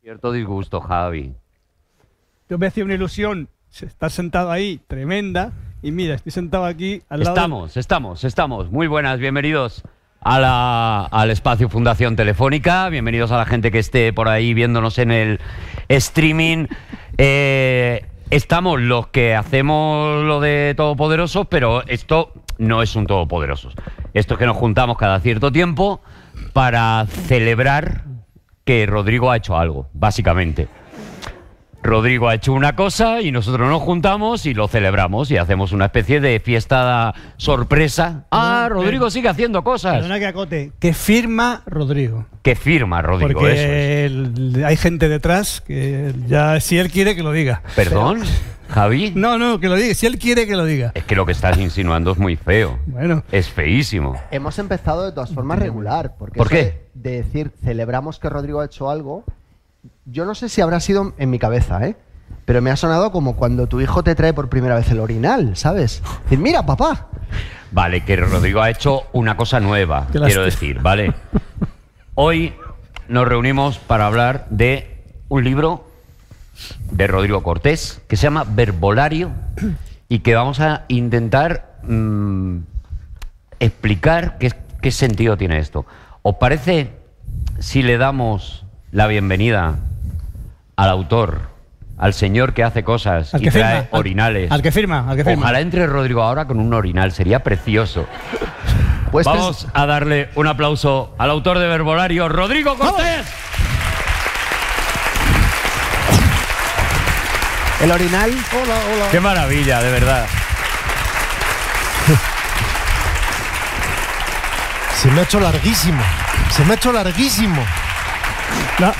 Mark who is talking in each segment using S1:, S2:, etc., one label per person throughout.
S1: Cierto disgusto, Javi.
S2: Yo me hacía una ilusión estar sentado ahí, tremenda, y mira, estoy sentado aquí al lado.
S1: Estamos, estamos, estamos. Muy buenas, bienvenidos a la- al espacio Fundación Telefónica. Bienvenidos a la gente que esté por ahí viéndonos en el streaming. Eh, estamos los que hacemos lo de todopoderosos, pero esto no es un todopoderosos. Esto es que nos juntamos cada cierto tiempo para celebrar que Rodrigo ha hecho algo, básicamente. Rodrigo ha hecho una cosa y nosotros nos juntamos y lo celebramos y hacemos una especie de fiesta sorpresa. Ah, Rodrigo sigue haciendo cosas.
S2: eh. Perdona que acote, que firma Rodrigo.
S1: Que firma, Rodrigo,
S2: porque
S1: eso es.
S2: el- hay gente detrás que ya, si él quiere, que lo diga.
S1: ¿Perdón, Javi?
S2: No, no, que lo diga, si él quiere, que lo diga.
S1: Es que lo que estás insinuando es muy feo.
S2: Bueno,
S1: Es feísimo.
S3: Hemos empezado de todas formas regular, porque
S1: ¿Por
S3: eso
S1: qué?
S3: De, de decir celebramos que Rodrigo ha hecho algo, yo no sé si habrá sido en mi cabeza, ¿eh? Pero me ha sonado como cuando tu hijo te trae por primera vez el orinal, ¿sabes? Decir, mira, papá.
S1: Vale, que Rodrigo ha hecho una cosa nueva,
S2: Qué
S1: quiero
S2: lástima.
S1: decir, ¿vale? Hoy nos reunimos para hablar de un libro de Rodrigo Cortés que se llama Verbolario y que vamos a intentar mm, explicar qué, qué sentido tiene esto. ¿Os parece si le damos la bienvenida al autor, al señor que hace cosas
S2: al
S1: y
S2: que firma.
S1: trae
S2: al-
S1: orinales?
S2: Al, que firma, al que firma.
S1: Ojalá entre Rodrigo ahora con un orinal, sería precioso.
S3: Pues este es-
S1: Vamos a darle un aplauso al autor de Verbolario, Rodrigo Cortés.
S3: el orinal.
S1: ¡Qué maravilla, de verdad!
S4: Se me ha hecho larguísimo. Se me ha hecho larguísimo.
S2: No,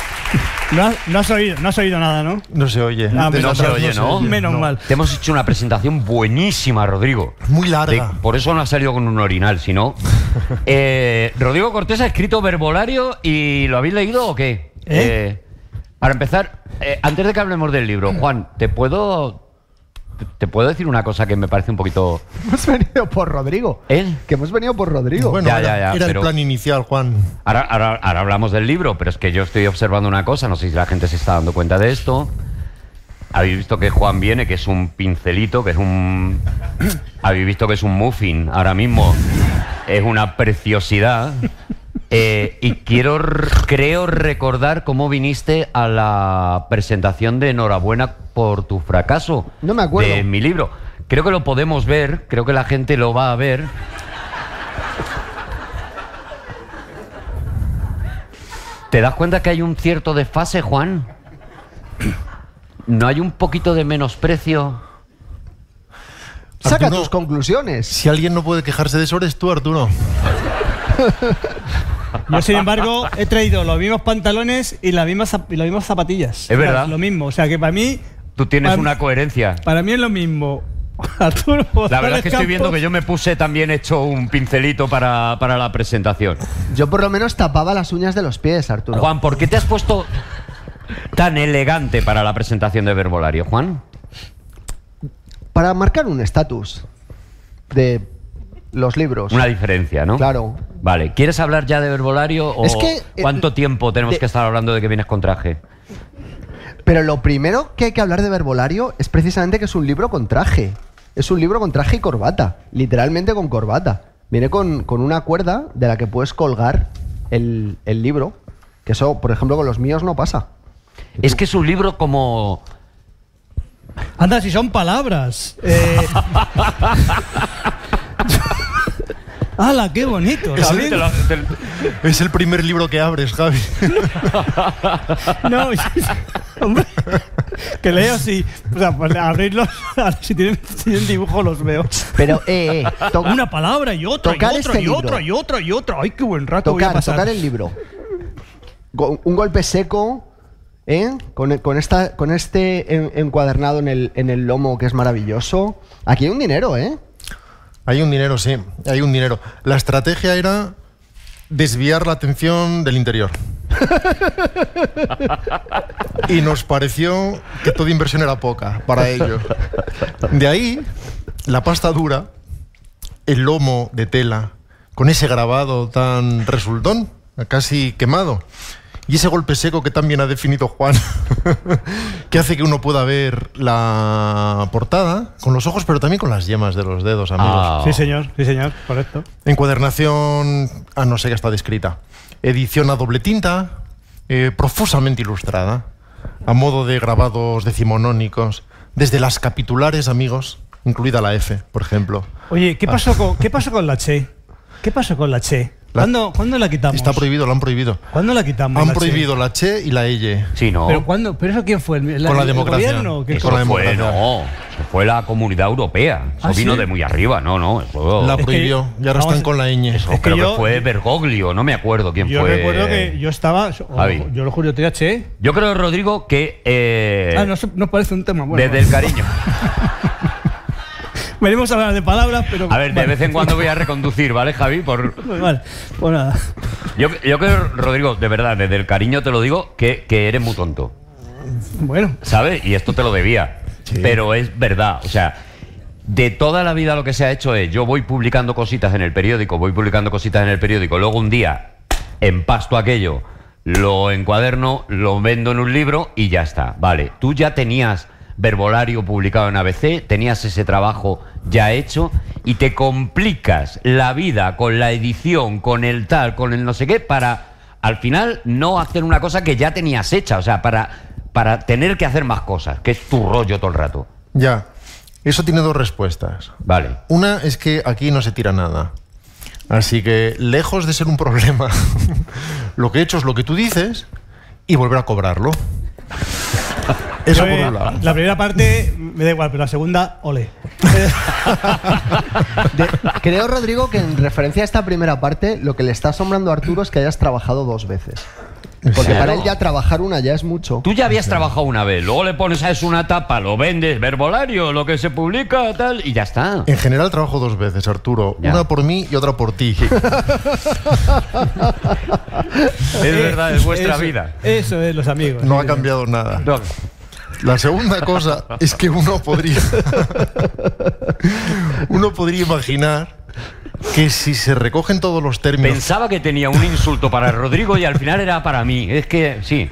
S2: no has- no has oído, no has oído nada, ¿no?
S4: No se oye.
S2: Ah,
S4: Desde
S2: menos
S1: se
S4: atrás
S1: oye, ¿no?
S2: Menos mal.
S1: Te hemos hecho una presentación buenísima, Rodrigo.
S4: Muy
S1: De-
S4: larga.
S1: por eso no ha salido con un orinal, si no. Eh, Rodrigo Cortés ha escrito Verbolario y ¿lo habéis leído o qué?
S2: ¿Eh?
S1: Eh, para empezar, eh, antes de que hablemos del libro, Juan, ¿te puedo, te- te puedo decir una cosa que me parece un poquito...
S3: Hemos venido por Rodrigo.
S1: ¿Eh?
S3: Que hemos venido por Rodrigo.
S4: Bueno,
S1: Ya,
S4: era,
S1: ya, ya,
S4: era
S1: pero-
S4: el plan inicial, Juan.
S1: Ahora, ahora- ahora hablamos del libro, pero es que yo estoy observando una cosa, no sé si la gente se está dando cuenta de esto. Habéis visto que Juan viene, que es un pincelito, que es un... Habéis visto que es un muffin ahora mismo. Es una preciosidad. Eh, y quiero, r- creo recordar cómo viniste a la presentación de Enhorabuena por tu fracaso.
S3: No me acuerdo.
S1: De mi libro. Creo que lo podemos ver, creo que la gente lo va a ver. ¿Te das cuenta que hay un cierto desfase, Juan? ¿No hay un poquito de menosprecio?
S3: Saca
S4: Arturo-
S3: tus conclusiones.
S4: Si alguien no puede quejarse de eso, eres tú, Arturo.
S2: Yo, sin embargo, he traído los mismos pantalones y las mismas, zap- y las mismas zapatillas.
S1: Es verdad.
S2: Lo mismo, o sea que para mí,
S1: Tú tienes
S2: Am-
S1: una coherencia.
S2: para mí es lo mismo. Arturo
S1: La verdad
S2: González
S1: es que estoy viendo
S2: Campos.
S1: que yo me puse también hecho un pincelito para, para la presentación.
S3: Yo por lo menos tapaba las uñas de los pies, Arturo.
S1: Juan, ¿por qué te has puesto tan elegante para la presentación de Verbolario, Juan?
S3: Para marcar un estatus de los libros.
S1: Una diferencia, ¿no?
S3: Claro.
S1: Vale, ¿quieres hablar ya de Verbolario o
S3: Es que, eh,
S1: cuánto tiempo tenemos
S3: de-
S1: que estar hablando de que vienes con traje?
S3: Pero lo primero que hay que hablar de Verbolario es precisamente que es un libro con traje. Es un libro con traje y corbata. Literalmente con corbata. Viene con, con una cuerda de la que puedes colgar el, el libro. Que eso, por ejemplo, con los míos no pasa.
S1: Es que es un libro como...
S2: Anda, si son palabras. Eh... ¡Hala, qué bonito!
S4: Es
S2: ¿sabes?
S4: el- Es el primer libro que abres, Javi.
S2: No, hombre, que leo sí. O sea, pues abrirlos, si tienen, si tienen dibujo los veo.
S3: Pero, eh, eh, to-
S2: Una palabra y otra,
S3: Tocar
S2: y otra,
S3: este
S2: y otra,
S3: libro.
S2: y otra, y otra. ¡Ay, qué buen rato voy a
S3: tocar,
S2: pasar!
S3: tocar el libro. Go- un golpe seco, ¿eh? Con, con esta, con este en- encuadernado en el, en el lomo que es maravilloso. Aquí hay un dinero, ¿eh?
S4: Hay un dinero, sí. Hay un dinero. La estrategia era desviar la atención del interior. y nos pareció que toda inversión era poca para ellos. De ahí, la pasta dura, el lomo de tela, con ese grabado tan resultón, casi quemado, Y ese golpe seco que también ha definido Juan, que hace que uno pueda ver la portada con los ojos, pero también con las yemas de los dedos, amigos.
S1: Ah.
S2: Sí, señor, sí, señor, correcto.
S4: Encuadernación, ah, no sé qué está descrita. Edición a doble tinta, eh, profusamente ilustrada, a modo de grabados decimonónicos, desde las capitulares, amigos, incluida la F, por ejemplo.
S2: Oye, ¿qué
S4: Ah.
S2: pasó, con, ¿qué pasó con la Che? ¿Qué pasó con la Che?
S4: La-
S2: ¿Cuándo, ¿cuándo la quitamos?
S4: Está prohibido, lo han prohibido.
S2: ¿Cuándo la quitamos?
S4: Han
S2: la Che?
S4: prohibido la Che y la L.
S1: Sí, no.
S2: ¿Pero, cuándo? ¿Pero eso quién fue? ¿El,
S4: Con la
S2: el
S4: democracia.
S2: gobierno o qué
S1: eso
S4: Eso con la
S2: cosa?
S1: fue,
S4: democracia.
S1: no, eso fue la comunidad europea. Eso
S2: ¿Ah,
S1: vino
S2: sí?
S1: de muy arriba, no, no. Eso,
S2: Oh.
S4: La
S2: Es que-
S4: prohibió y ahora
S2: vamos
S4: están
S2: a-
S4: con la ñ.
S1: eso
S2: es que
S1: creo que
S2: yo-
S1: fue Bergoglio, no me acuerdo quién
S2: Yo
S1: fue.
S2: recuerdo que yo estaba. o-
S1: Pues, Javi.
S2: Yo lo juro, te Che.
S1: Yo creo, Rodrigo, que eh,
S2: Ah, no, se- no parece un tema bueno.
S1: desde el cariño.
S2: Venimos a hablar de palabras, pero.
S1: A ver, de
S2: vale.
S1: vez en cuando voy a reconducir, ¿vale, Javi? Por,
S2: Pues vale, pues nada.
S1: yo, yo creo, Rodrigo, de verdad, desde el cariño te lo digo, que, que eres muy tonto.
S2: Bueno,
S1: ¿sabes? Y esto te lo debía. Pero es verdad, o sea, de toda la vida lo que se ha hecho es, yo voy publicando cositas en el periódico, voy publicando cositas en el periódico, luego un día empasto aquello, lo encuaderno, lo vendo en un libro y ya está, vale. Tú ya tenías verbolario publicado en ABC, tenías ese trabajo ya hecho y te complicas la vida con la edición, con el tal, con el no sé qué, para al final no hacer una cosa que ya tenías hecha, o sea, para, para tener que hacer más cosas, que es tu rollo todo el rato.
S4: Ya. Eso tiene dos respuestas.
S1: Vale.
S4: Una es que aquí no se tira nada. Así que, lejos de ser un problema, lo que he hecho es lo que tú dices y volver a cobrarlo. Eso
S2: yo,
S4: por
S2: eh,
S4: un lado.
S2: La primera parte me da igual, pero la segunda, ole.
S3: De- creo, Rodrigo, que en referencia a esta primera parte, lo que le está asombrando a Arturo es que hayas trabajado dos veces. Porque
S1: Claro.
S3: para él ya trabajar una ya es mucho.
S1: Tú ya habías trabajado una vez, luego le pones a eso una tapa, lo vendes, verbolario, lo que se publica, tal, y ya está.
S4: En general trabajo dos veces, Arturo.
S1: Ya.
S4: Una por mí y otra por ti.
S1: Es verdad, es vuestra
S2: Eso-
S1: vida.
S2: Eso es, los amigos.
S4: No ha cambiado nada.
S1: No,
S4: La segunda cosa es que uno podría. uno podría imaginar que si se recogen todos los términos
S1: pensaba que tenía un insulto para Rodrigo y al final era para mí. Es que sí.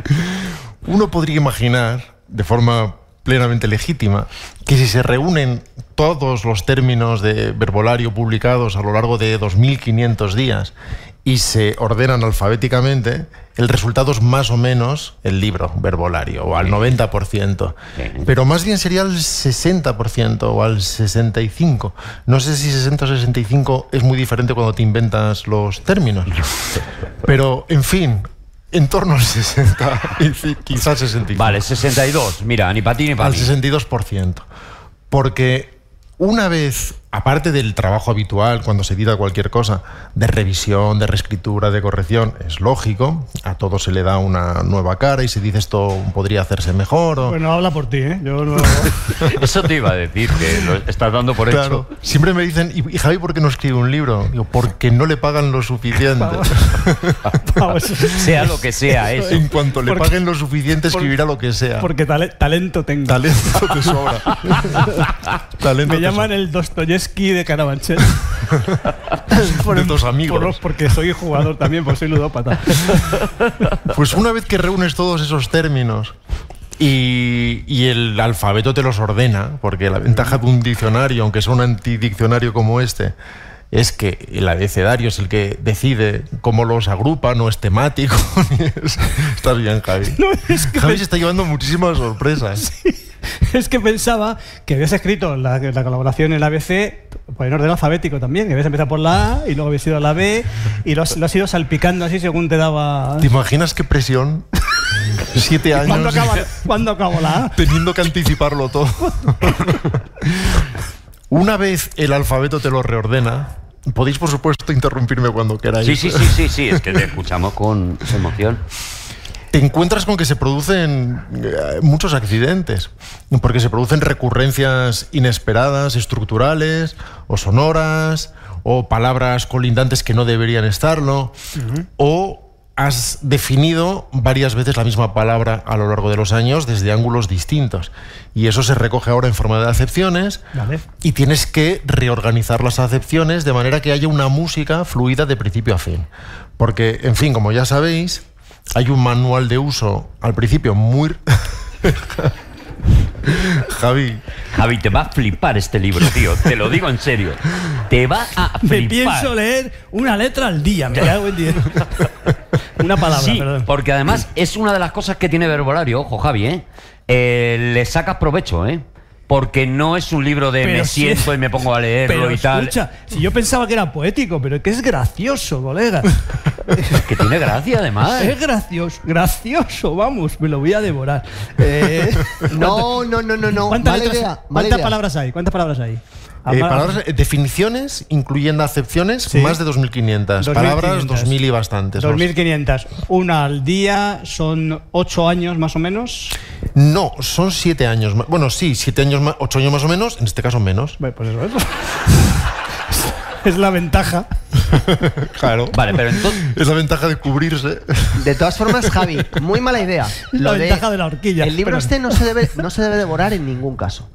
S4: Uno podría imaginar, de forma plenamente legítima, que si se reúnen todos los términos de verbolario publicados a lo largo de 2.500 días y se ordenan alfabéticamente, el resultado es más o menos el libro verbolario, o al 90%.
S1: Sí.
S4: Pero más bien sería al 60% o al 65%. No sé si 60 o 65 es muy diferente cuando te inventas los términos. Pero, en fin, en torno al 60, y ci- quizás 65.
S1: Vale, 62. Mira, ni para ti ni para
S4: al
S1: mí.
S4: 62%. Porque una vez, aparte del trabajo habitual cuando se edita cualquier cosa, de revisión, de reescritura, de corrección, es lógico, a todo se le da una nueva cara y se dice esto podría hacerse mejor. o-
S2: Pues no habla por ti, ¿eh? Yo no.
S1: Eso te iba a decir, que lo estás dando por
S4: Claro,
S1: hecho.
S4: siempre me dicen, ¿y y Javi por qué no escribe un libro? Digo, porque no le pagan lo suficiente.
S2: Vamos.
S1: Sea lo que sea eso.
S4: en cuanto le
S2: Porque-
S4: paguen lo suficiente, escribirá lo que sea.
S2: Porque tale- talento tengo.
S4: Talento te sobra. Talento
S2: me
S4: te
S2: llaman
S4: sobra.
S2: el Dostoyevsky de Carabanchel.
S4: De tus amigos.
S2: Por- porque soy jugador también, porque soy ludópata.
S4: Pues una vez que reúnes todos esos términos y, y el alfabeto te los ordena, porque la ventaja de un diccionario, aunque sea un antidiccionario como este, es que el abecedario es el que decide cómo los agrupa, no es temático. ni es- Estás bien, Javi.
S2: No, es que
S4: Javi se está llevando ¿eh? muchísimas sorpresas.
S2: Es que pensaba que habías escrito la, la colaboración en la ABC por en orden alfabético también, que habías empezado por la A y luego habías ido a la B y lo has, lo has ido salpicando así según te daba...
S4: ¿Te imaginas qué presión? Siete años.
S2: ¿Cuándo acaba, cuándo acaba la A?
S4: teniendo que anticiparlo todo. Una vez el alfabeto te lo reordena, podéis por supuesto interrumpirme cuando queráis.
S1: Sí, sí, sí, sí, sí, es que te escuchamos con emoción.
S4: Te encuentras con que se producen eh, muchos accidentes, porque se producen recurrencias inesperadas, estructurales o sonoras, o palabras colindantes que no deberían estarlo, o has definido varias veces la misma palabra a lo largo de los años desde ángulos distintos. Y eso se recoge ahora en forma de acepciones,
S2: Vale.
S4: y tienes que reorganizar las acepciones de manera que haya una música fluida de principio a fin. Porque, en fin, como ya sabéis, hay un manual de uso al principio muy... Javi, eh,
S1: Javi, te va a flipar este libro, tío. Te lo digo en serio. Te va a
S2: Me
S1: flipar.
S2: pienso leer una letra al día, me cago en diez. Una palabra,
S1: Sí,
S2: perdón.
S1: porque además es una de las cosas que tiene Verbolario, ojo Javi, ¿eh? Eh, le sacas provecho, ¿eh? Porque no es un libro de
S2: Pero
S1: me
S2: sí-
S1: siento y me pongo a leerlo
S2: Pero
S1: y tal.
S2: escucha, si yo pensaba que era poético, pero es que es gracioso, colega.
S1: Que tiene gracia además. ¿eh?
S2: Es gracioso, gracioso, vamos, me lo voy a devorar. Eh,
S3: No, no, no, no, no.
S2: ¿Cuántas,
S3: Mala
S2: letras-
S3: idea. mala
S2: cuántas
S3: idea.
S2: palabras hay? ¿Cuántas palabras hay?
S4: eh,
S2: Ama-
S4: palabras, eh, definiciones, incluyendo acepciones,
S2: Sí.
S4: más de 2.500. Palabras,
S2: 2.500.
S4: 2.000 y bastantes. vamos.
S2: 2.500. Una al día son 8 años más o menos.
S4: No, son siete años más. Bueno, sí, siete años más, ocho años más o menos, en este caso menos.
S2: Bueno, pues eso es. Es la ventaja.
S4: Claro.
S1: Vale, pero entonces.
S4: Es la ventaja de cubrirse.
S3: De todas formas, Javi, muy mala idea.
S2: La ventaja de la horquilla,
S3: El libro
S2: pero-
S3: este no se, debe, no se debe devorar en ningún caso.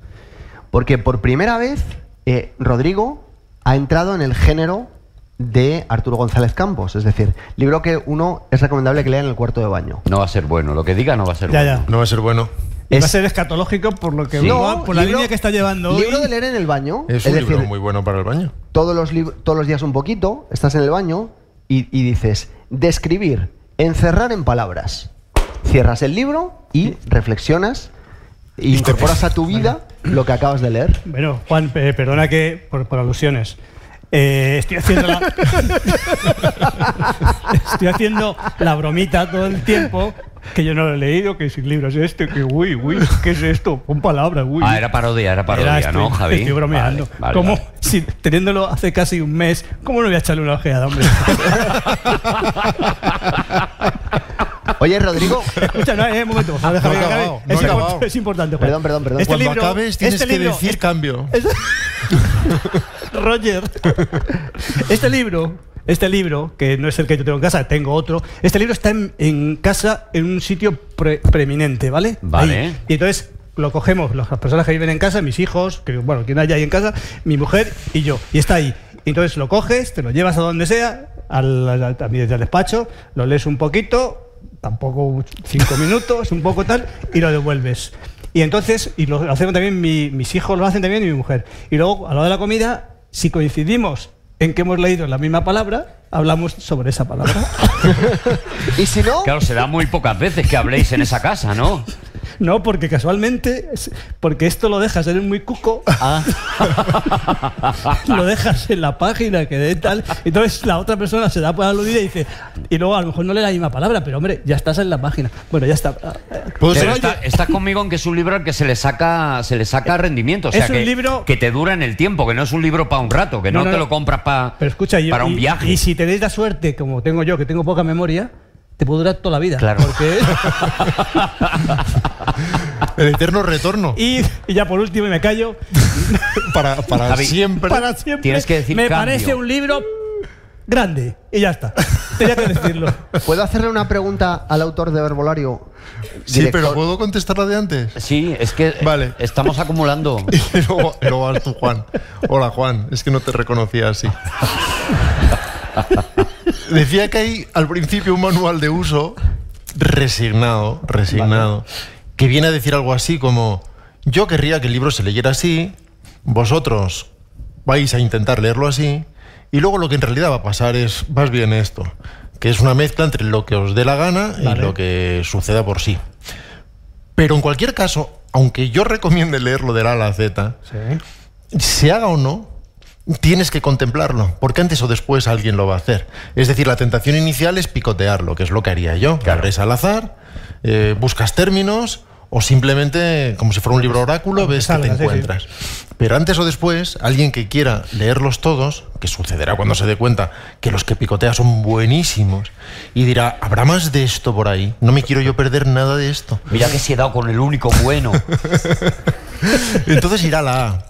S3: Porque por primera vez, eh, Rodrigo ha entrado en el género de Arturo González Campos. Es decir, libro que uno es recomendable que lea en el cuarto de baño.
S1: No va a ser bueno, lo que diga no va a ser
S2: Ya,
S1: bueno.
S2: ya.
S4: No va a ser bueno.
S2: Y Va a
S3: Es-
S2: ser escatológico por lo que va- por la
S3: libro-
S2: línea que está llevando hoy.
S3: Libro de leer en el baño. es
S4: Es, un
S3: decir,
S4: libro muy bueno para el baño.
S3: todos los, lib- todos los días un poquito, estás en el baño y, y dices, describir, encerrar en palabras. Cierras el libro y reflexionas e incorporas a tu vida lo que acabas de leer.
S2: Bueno, Juan, pe- perdona que por, por alusiones. Eh, estoy haciendo la... estoy haciendo la bromita todo el tiempo que yo no lo he leído, que si el libro es este, que uy, uy, ¿qué es esto? Con palabras, uy.
S1: Ah, era parodia, era parodia,
S2: Era,
S1: ¿no,
S2: estoy-
S1: Javi?
S2: Estoy bromeando.
S1: Vale, vale,
S2: ¿Cómo?
S1: vale.
S2: Si teniéndolo hace casi un mes, ¿cómo no voy a echarle una ojeada, hombre?
S3: Oye, Rodrigo,
S2: Escucha, no, eh, un momento. Déjame que acabe.
S4: acabado, no
S2: es,
S4: ha
S2: impor-
S4: acabado.
S2: es importante, Juan.
S3: Perdón, perdón, perdón.
S2: Este
S4: Cuando
S2: libro,
S4: acabes tienes
S2: este
S4: que
S2: libro-
S4: decir cambio.
S2: Es- Roger. Este libro, este libro, que no es el que yo tengo en casa, tengo otro. Este libro está en, en casa, en un sitio pre- preeminente, ¿vale?
S1: Vale.
S2: Ahí. Y entonces lo cogemos las personas que viven en casa, mis hijos, que bueno, quien haya ahí en casa, mi mujer y yo. Y está ahí. Y entonces lo coges, te lo llevas a donde sea, al, al- a mí desde el despacho, lo lees un poquito, tampoco cinco minutos, un poco tal, y lo devuelves. Y entonces, y lo hacemos también, mi- mis hijos lo hacen también y mi mujer. Y luego, a la hora de la comida, si coincidimos en que hemos leído la misma palabra, hablamos sobre esa palabra.
S3: y si no,
S1: Claro, se da muy pocas veces que habléis en esa casa, ¿no?
S2: No, porque casualmente, es- porque esto lo dejas, eres muy cuco,
S1: Ah.
S2: lo dejas en la página que de tal. Entonces la otra persona se da por aludida y dice, y luego a lo mejor no lee la misma palabra, pero hombre, ya estás en la página. Bueno, ya está.
S1: Pero
S4: Puedo ser-
S1: está- estás conmigo en que es un libro al que se le saca, se le saca rendimiento. O sea,
S2: Es un
S1: que,
S2: libro-
S1: que te dura en el tiempo, que no es un libro para un rato, que no,
S2: No, no,
S1: te
S2: no.
S1: lo compras pa-
S2: Pero escucha, yo,
S1: para un
S2: y-
S1: viaje.
S2: Y, si tenéis la suerte, como tengo yo, que tengo poca memoria, te puede durar toda la vida.
S1: Claro.
S2: Porque.
S4: El eterno retorno.
S2: Y, y ya por último, y me callo.
S4: para para
S1: Javi,
S4: siempre.
S2: Para siempre.
S1: Tienes que decir
S2: Me
S1: cambio.
S2: parece un libro grande. Y ya está. Tenía que decirlo.
S3: ¿puedo hacerle una pregunta al autor de Verbolario?
S4: Sí,
S3: Director.
S4: pero ¿puedo contestar la de antes?
S1: Sí, es que eh,
S4: Vale.
S1: estamos acumulando.
S4: Y luego, y luego vas tú, Juan. Hola, Juan. Es que no te reconocía así. Decía que hay al principio un manual de uso resignado, resignado, que viene a decir algo así como, yo querría que el libro se leyera así, vosotros vais a intentar leerlo así, y luego lo que en realidad va a pasar es más bien esto, que es una mezcla entre lo que os dé la gana
S2: Vale.
S4: y lo que suceda por sí. Pero en cualquier caso, aunque yo recomiende leerlo de la A a la Z, se haga o no, tienes que contemplarlo, porque antes o después alguien lo va a hacer. Es decir, la tentación inicial es picotearlo, que es lo que haría yo. Abres al azar, eh, buscas términos o simplemente, como si fuera un libro oráculo, ves que
S2: salga,
S4: te
S2: sí, sí.
S4: encuentras. Pero antes o después, alguien que quiera leerlos todos, que sucederá cuando se dé cuenta que los que picotea son buenísimos, y dirá, habrá más de esto por ahí, no me quiero yo perder nada de esto.
S1: Mira que si he dado con el único bueno.
S4: Entonces irá a la A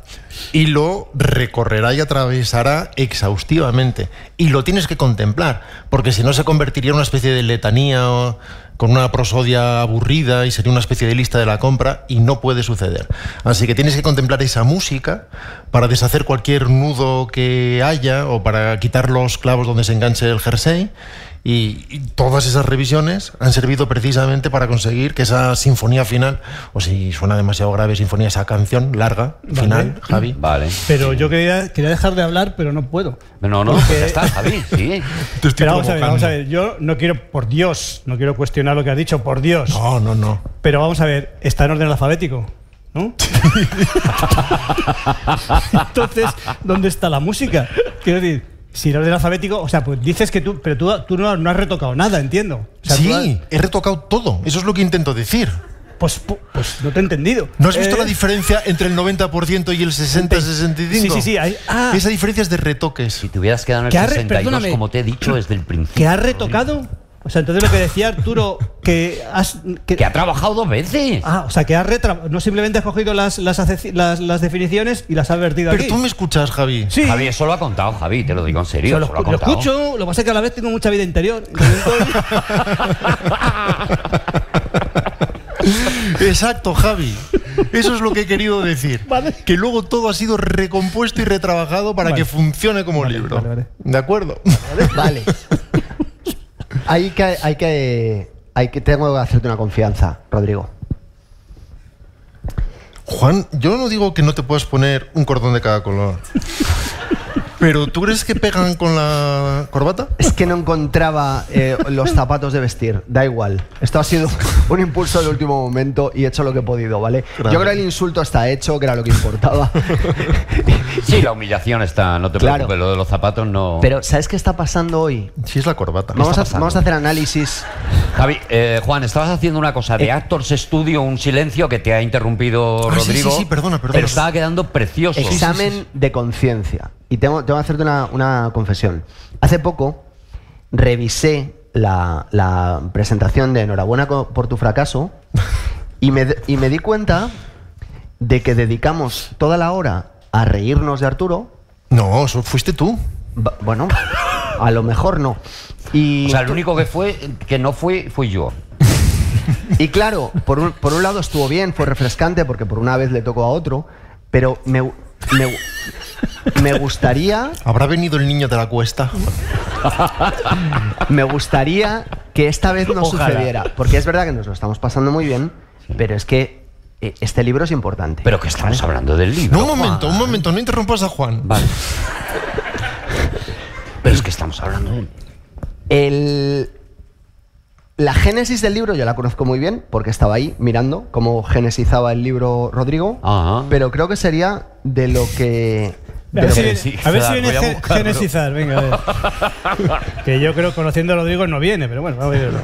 S4: y lo recorrerá y atravesará exhaustivamente. Y lo tienes que contemplar, porque si no se convertiría en una especie de letanía o- con una prosodia aburrida y sería una especie de lista de la compra y no puede suceder. Así que tienes que contemplar esa música para deshacer cualquier nudo que haya o para quitar los clavos donde se enganche el jersey Y, y todas esas revisiones han servido precisamente para conseguir que esa sinfonía final, o si suena demasiado grave sinfonía, esa canción larga,
S2: Vale.
S4: final, Javi.
S1: Vale.
S2: Pero yo quería, quería dejar de hablar, pero no puedo.
S1: No, no,
S2: Porque-
S1: pues ya está, Javi, sí.
S4: Te estoy
S2: Pero vamos a ver,
S4: provocando.
S2: vamos a ver. Yo no quiero, por Dios, no quiero cuestionar lo que has dicho, por Dios.
S4: No, no, no.
S2: Pero vamos a ver, está en orden alfabético, ¿no? Entonces, ¿dónde está la música? Quiero decir, si en orden alfabético, o sea, pues dices que tú, pero tú, tú no, no has retocado nada, entiendo. O sea, tú
S4: Sí, he retocado todo. Eso es lo que intento decir.
S2: has- pues, pu- pues no te he entendido.
S4: ¿No has visto
S2: Eh,
S4: la diferencia entre el 90% y el 60-65?
S2: Sí, sí, sí, ahí- ah.
S4: Esa diferencia es de retoques.
S1: Si te hubieras quedado en el
S2: Que ha re-
S1: 62,
S2: perdóname.
S1: como te he dicho desde el principio.
S2: ¿Que has retocado? O sea, entonces lo que decía Arturo, que has. que-
S1: Que ha trabajado dos veces.
S2: Ah, o sea, que has retra... No simplemente has cogido las, las, aceci- las, las definiciones y las has vertido
S4: Pero
S2: aquí.
S4: tú me escuchas, Javi.
S2: Sí.
S1: Javi, eso lo ha contado, Javi, te lo digo en serio.
S2: Yo lo,
S1: eso lo ha
S2: escu- lo
S1: contado.
S2: escucho, lo que pasa es que a la vez tengo mucha vida interior. Entonces estoy-
S4: Exacto, Javi. Eso es lo que he querido decir.
S2: Vale.
S4: Que luego todo ha sido recompuesto y retrabajado para
S2: Vale.
S4: que funcione como libro.
S2: vale, vale.
S4: ¿De acuerdo?
S3: Vale. Hay que, hay que, hay que, tengo que hacerte una confianza, Rodrigo.
S4: Juan, yo no digo que no te puedas poner un cordón de cada color. Pero ¿tú crees que pegan con la corbata?
S3: Es que no encontraba eh, los zapatos de vestir, da igual. Esto ha sido un impulso del último momento y he hecho lo que he podido, ¿vale?
S4: Claro.
S3: Yo creo que el insulto está hecho, que era lo que importaba.
S1: Sí, la humillación está, no te
S3: Claro.
S1: preocupes, lo de los zapatos no.
S3: Pero, ¿sabes qué está pasando hoy?
S4: Sí, es la corbata.
S3: Vamos a,
S1: pasando?
S3: vamos a hacer análisis.
S1: Javi, eh, Juan, estabas haciendo una cosa de Actors Studio, un silencio que te ha interrumpido
S4: Eh. Ah, sí,
S1: Rodrigo.
S4: sí, sí, perdona, perdona.
S1: Pero estaba quedando precioso.
S3: Examen de conciencia. Y tengo, tengo que hacerte una, una confesión. Hace poco revisé la, la presentación de Enhorabuena co- por tu fracaso y me, d- y me di cuenta de que dedicamos toda la hora a reírnos de Arturo.
S4: No, eso fuiste tú.
S3: Ba- Bueno, a lo mejor no. Y,
S1: O sea, el único que fue, que no fue, fui yo.
S3: y claro, por un, por un lado estuvo bien, fue refrescante porque por una vez le tocó a otro, pero me, gu- me, gu- me gustaría
S4: Habrá venido el niño de la cuesta.
S3: Me gustaría que esta vez no
S2: Ojalá.
S3: sucediera, porque es verdad que nos lo estamos pasando muy bien, pero es que eh, este libro es importante.
S1: Pero que estamos
S3: ¿vale?
S1: hablando del libro.
S4: No, un momento, un momento, no interrumpas a Juan.
S1: Vale. Pero es que estamos hablando del
S3: El- La génesis del libro yo la conozco muy bien, porque estaba ahí mirando cómo genesizaba el libro Rodrigo,
S1: Ajá.
S3: pero creo que sería de lo que...
S2: A
S3: de
S2: ver
S3: lo
S2: si
S3: que-
S2: viene,
S1: sí,
S2: a ver si
S1: Cedar,
S2: viene
S1: voy a
S2: gen-
S1: buscarlo.
S2: genesizar, venga, a ver. que yo creo, conociendo a Rodrigo, no viene, pero bueno, vamos a verlo.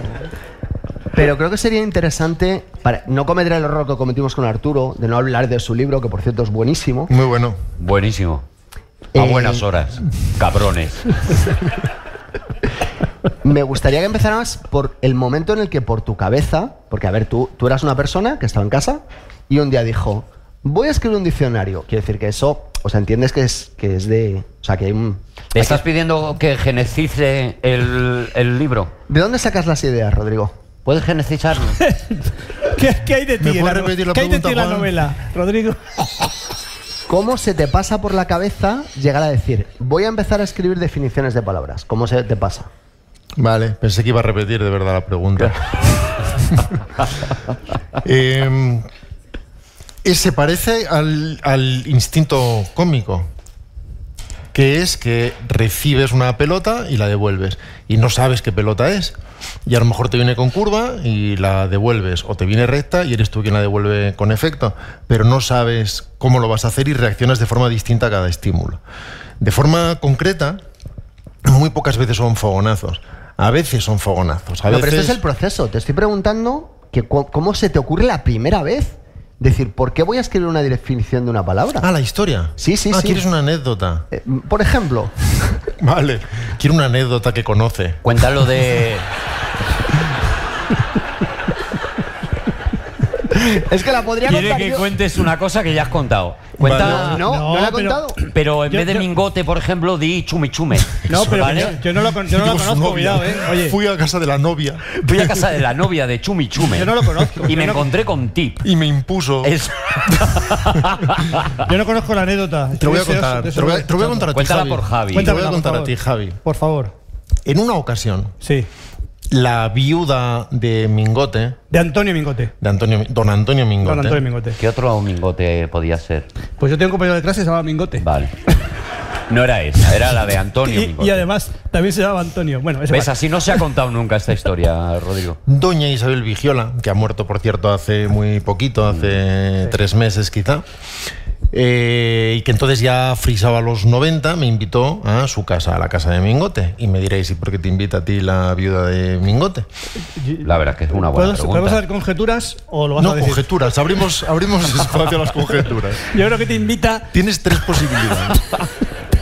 S3: Pero creo que sería interesante, para no cometer el error que cometimos con Arturo, de no hablar de su libro, que por cierto es buenísimo,
S4: Muy bueno.
S1: Buenísimo. A
S3: Eh,
S1: buenas horas, cabrones.
S3: Me gustaría que empezáramos por el momento en el que por tu cabeza, porque a ver, tú, tú eras una persona que estaba en casa y un día dijo, voy a escribir un diccionario. Quiere decir que eso, o sea, entiendes que es, que es de... O sea, que hay un...
S1: ¿Le estás pidiendo que genecice el, el libro?
S3: ¿De dónde sacas las ideas, Rodrigo?
S1: ¿Puedes genecizarlo?
S2: ¿Qué, qué hay de ti
S4: ¿Me
S2: en
S4: puedes
S2: no-
S4: repetir la
S2: ¿Qué hay de ti en
S4: pregunta,
S2: la
S4: Juan?
S2: novela, Rodrigo?
S3: ¿Cómo se te pasa por la cabeza llegar a decir, voy a empezar a escribir definiciones de palabras? ¿Cómo se te pasa?
S4: Vale, pensé que iba a repetir de verdad la pregunta. Em, eh, se parece al, al instinto cómico, que es que recibes una pelota y la devuelves, y no sabes qué pelota es. Y a lo mejor te viene con curva y la devuelves, o te viene recta y eres tú quien la devuelve con efecto, pero no sabes cómo lo vas a hacer y reaccionas de forma distinta a cada estímulo. De forma concreta, muy pocas veces son fogonazos. A veces son fogonazos. A
S3: No,
S4: veces...
S3: pero este es el proceso. Te estoy preguntando que cu- cómo se te ocurre la primera vez decir, ¿por qué voy a escribir una definición de una palabra?
S4: Ah, la historia.
S3: Sí, sí,
S4: ah,
S3: sí.
S4: ¿Quieres una anécdota?
S3: Eh, por ejemplo,
S4: Vale. Quiero una anécdota que conoce.
S1: Cuéntalo de.
S3: Es que la podría
S1: Quiere
S3: contar
S1: que
S3: yo.
S1: cuentes una cosa que ya has contado. Cuenta.
S4: Vale.
S3: No, no,
S2: No,
S3: la
S2: pero-
S3: he contado.
S1: Pero en
S2: Yo-
S1: vez de
S2: yo-
S1: mingote, por ejemplo, di chumichume.
S2: No, pero
S1: ¿Vale?
S2: yo, yo no lo, con- yo no lo
S4: Digo, su
S2: conozco,
S4: novia.
S2: cuidado, eh. Oye,
S4: Fui a casa de la novia
S1: Fui a casa de la novia de Chumichume.
S2: yo no lo conozco.
S1: Y
S2: yo
S1: me
S2: no-
S1: encontré con Tip.
S4: y me impuso.
S1: Es-
S2: Yo no conozco la anécdota.
S4: Te lo voy a
S2: Estoy deseoso
S4: contar.
S2: de
S4: Te lo voy a, te lo voy a contar a ti.
S1: Cuéntala por Javi.
S4: Te lo voy
S2: Cuéntamela,
S4: a
S2: por
S4: contar a
S2: favor.
S4: ti, Javi.
S2: Por favor.
S4: En una ocasión,
S2: Sí.
S4: la viuda de Mingote,
S2: De Antonio Mingote.
S4: de Antonio, don Antonio Mingote,
S2: Don Antonio Mingote.
S1: ¿Qué otro mingote podía ser?
S2: Pues yo tengo un compañero de clase que se llama Mingote.
S1: Vale. No era esa, era la de Antonio
S2: Y,
S1: Mingote.
S2: y además también se llama Antonio. Bueno, ese
S1: ¿Ves?
S2: va.
S1: Así no se ha contado nunca esta historia, Rodrigo.
S4: Doña Isabel Vigiola, que ha muerto, por cierto, hace muy poquito, hace tres meses quizá, eh, y que entonces ya frisaba los 90, me invitó a su casa, a la casa de Mingote. Y me diréis, ¿y por qué te invita a ti la viuda de Mingote?
S1: La verdad es que es una buena
S2: ¿Podemos podemos hacer
S1: pregunta.
S2: conjeturas o lo vas
S4: No,
S2: a decir?
S4: conjeturas, abrimos, abrimos espacio a las conjeturas.
S2: Yo creo que te invita,
S4: Tienes tres posibilidades.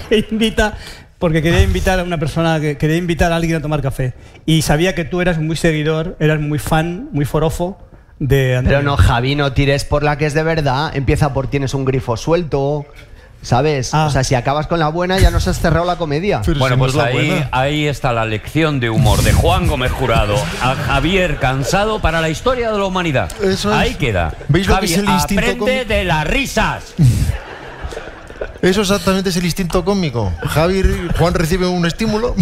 S2: te invita, porque quería invitar a una persona, que, quería invitar a alguien a tomar café. Y sabía que tú eras muy seguidor, eras muy fan, muy forofo de Antonio.
S3: Pero no, Javi, no tires por la que es de verdad. Empieza por tienes un grifo suelto, ¿sabes?
S2: Ah.
S3: O sea, si acabas con la buena ya nos has cerrado la comedia.
S4: Pero
S1: Bueno,
S4: si no
S1: pues
S4: es la
S1: ahí,
S4: buena.
S1: ahí está la lección de humor de Juan Gómez Jurado a Javier Cansado para la historia de la humanidad.
S4: Eso es.
S1: Ahí queda.
S4: ¿Veis lo que
S1: Javi,
S4: es el instinto
S1: aprende
S4: cómico?
S1: de las risas.
S4: Eso exactamente es el instinto cómico. Javier, Juan recibe un estímulo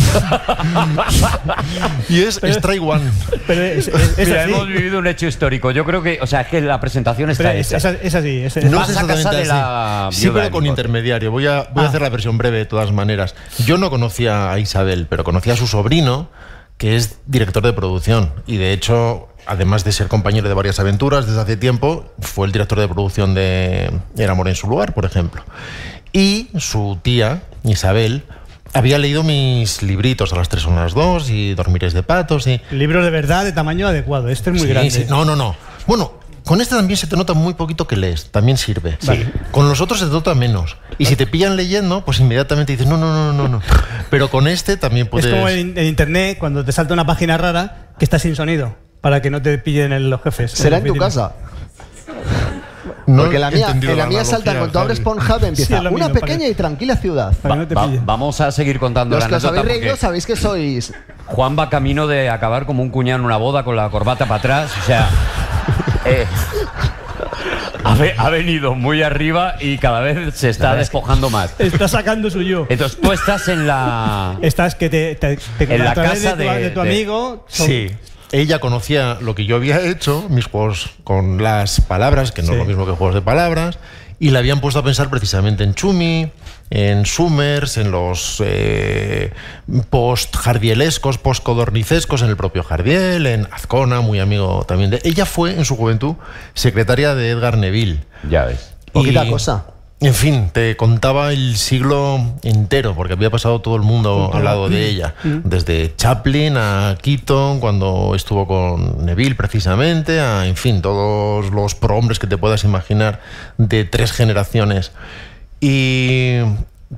S4: y es strike one.
S2: Pero es, es- es
S1: Mira,
S2: así.
S1: hemos vivido un hecho histórico. Yo creo que, o sea, es que la presentación
S2: Pero
S1: está
S2: es,
S1: hecha.
S2: es así. es así, es-
S4: No
S1: Vas
S4: es
S1: a casa
S4: exactamente
S1: de
S4: así.
S1: la
S4: Sí,
S1: viuda
S4: pero
S1: de Ah.
S4: con
S1: Nicote.
S4: intermediario. Voy a, voy a hacer la versión breve de todas maneras. Yo no conocía a Isabel, pero conocía a su sobrino, que es director de producción. Y de hecho, además de ser compañero de varias aventuras desde hace tiempo, fue el director de producción de El amor en su lugar, por ejemplo. Y su tía, Isabel, había leído mis libritos a las tres horas dos y Dormires de patos y...
S2: Libro de verdad de tamaño adecuado. Este es muy
S4: Sí,
S2: grande.
S4: sí. No, no, no. Bueno, con este también se te nota muy poquito que lees, también sirve.
S2: Vale.
S4: Con los otros se te nota menos. Y si te pillan leyendo, pues inmediatamente dices, no, no, no, no, no. Pero con este también puedes...
S2: Es como en, en internet cuando te salta una página rara que está sin sonido para que no te pillen el- los jefes.
S3: Será en
S2: Los
S3: tu
S2: vídeos.
S3: casa.
S4: No
S3: Porque la
S4: he
S3: mía,
S4: entendido
S3: en la,
S4: la
S3: mía salta
S4: analogía,
S3: cuando abres
S4: Javi.
S3: Pornhub empieza
S2: es lo
S3: una
S2: mismo, para
S3: pequeña
S2: que-
S3: y tranquila ciudad.
S2: Para que no te
S1: Va-
S2: pillen.
S1: vamos a seguir contando
S3: Los
S1: la
S3: que os
S1: anécdota
S3: habéis reído
S1: porque
S3: sabéis que sois...
S1: Juan va camino de acabar como un cuñado en una boda con la corbata para atrás. O sea, eh, ha, ve- ha venido muy arriba y cada vez se está despojando más.
S2: Está sacando su yo.
S1: Entonces tú estás en la...
S2: Estás que te, te- te-
S1: En la
S2: a través
S1: casa
S2: de tu,
S1: de-
S2: de tu
S1: de-
S2: amigo. son-
S4: Sí. Ella conocía lo que yo había hecho, mis juegos con las palabras, que no
S2: Sí.
S4: es lo mismo que juegos de palabras, y la habían puesto a pensar precisamente en Chumi, en Summers, en los eh, post-jardielescos, post-codornicescos, en el propio Jardiel, en Azcona, muy amigo también de... Ella fue, en su juventud, secretaria de Edgar Neville.
S1: Ya ves.
S3: Poquita
S4: Y,
S3: cosa.
S4: En fin, te contaba el siglo entero, porque había pasado todo el mundo al lado de ella. Desde Chaplin a Keaton, cuando estuvo con Neville precisamente, a, en fin, todos los prohombres que te puedas imaginar de tres generaciones. Y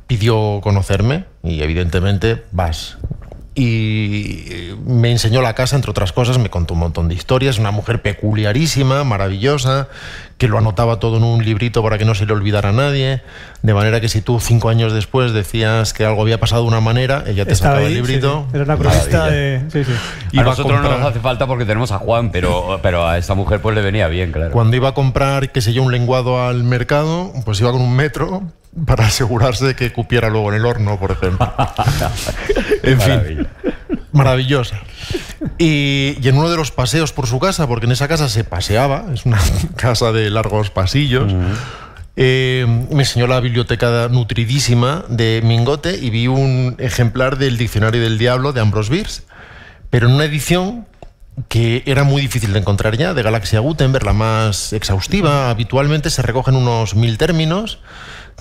S4: pidió conocerme, y evidentemente vas. Y eh, me enseñó la casa, entre otras cosas, me contó un montón de historias, una mujer peculiarísima, maravillosa, que lo anotaba todo en un librito para que no se le olvidara a nadie, de manera que si tú cinco años después decías que algo había pasado de una manera, ella te
S2: Estaba
S4: sacaba el
S2: ahí,
S4: librito.
S2: sí, sí. Era una cronista
S4: Maravilla.
S2: de. Sí, sí.
S1: a
S4: Iba a
S1: nosotros no
S4: comprar-
S1: nos hace falta porque tenemos a Juan, pero, pero a esta mujer pues le venía bien, claro.
S4: Cuando iba a comprar, qué sé yo, un lenguado al mercado, pues iba con un metro para asegurarse de que cupiera luego en el horno, por ejemplo. en fin,
S1: Maravilla.
S4: maravillosa. Y, y en uno de los paseos por su casa, porque en esa casa se paseaba, es una casa de largos pasillos, eh, me enseñó la biblioteca nutridísima de Mingote y vi un ejemplar del Diccionario del Diablo de Ambrose Bierce pero en una edición que era muy difícil de encontrar ya, de Galaxia Gutenberg, la más exhaustiva. Habitualmente se recogen unos mil términos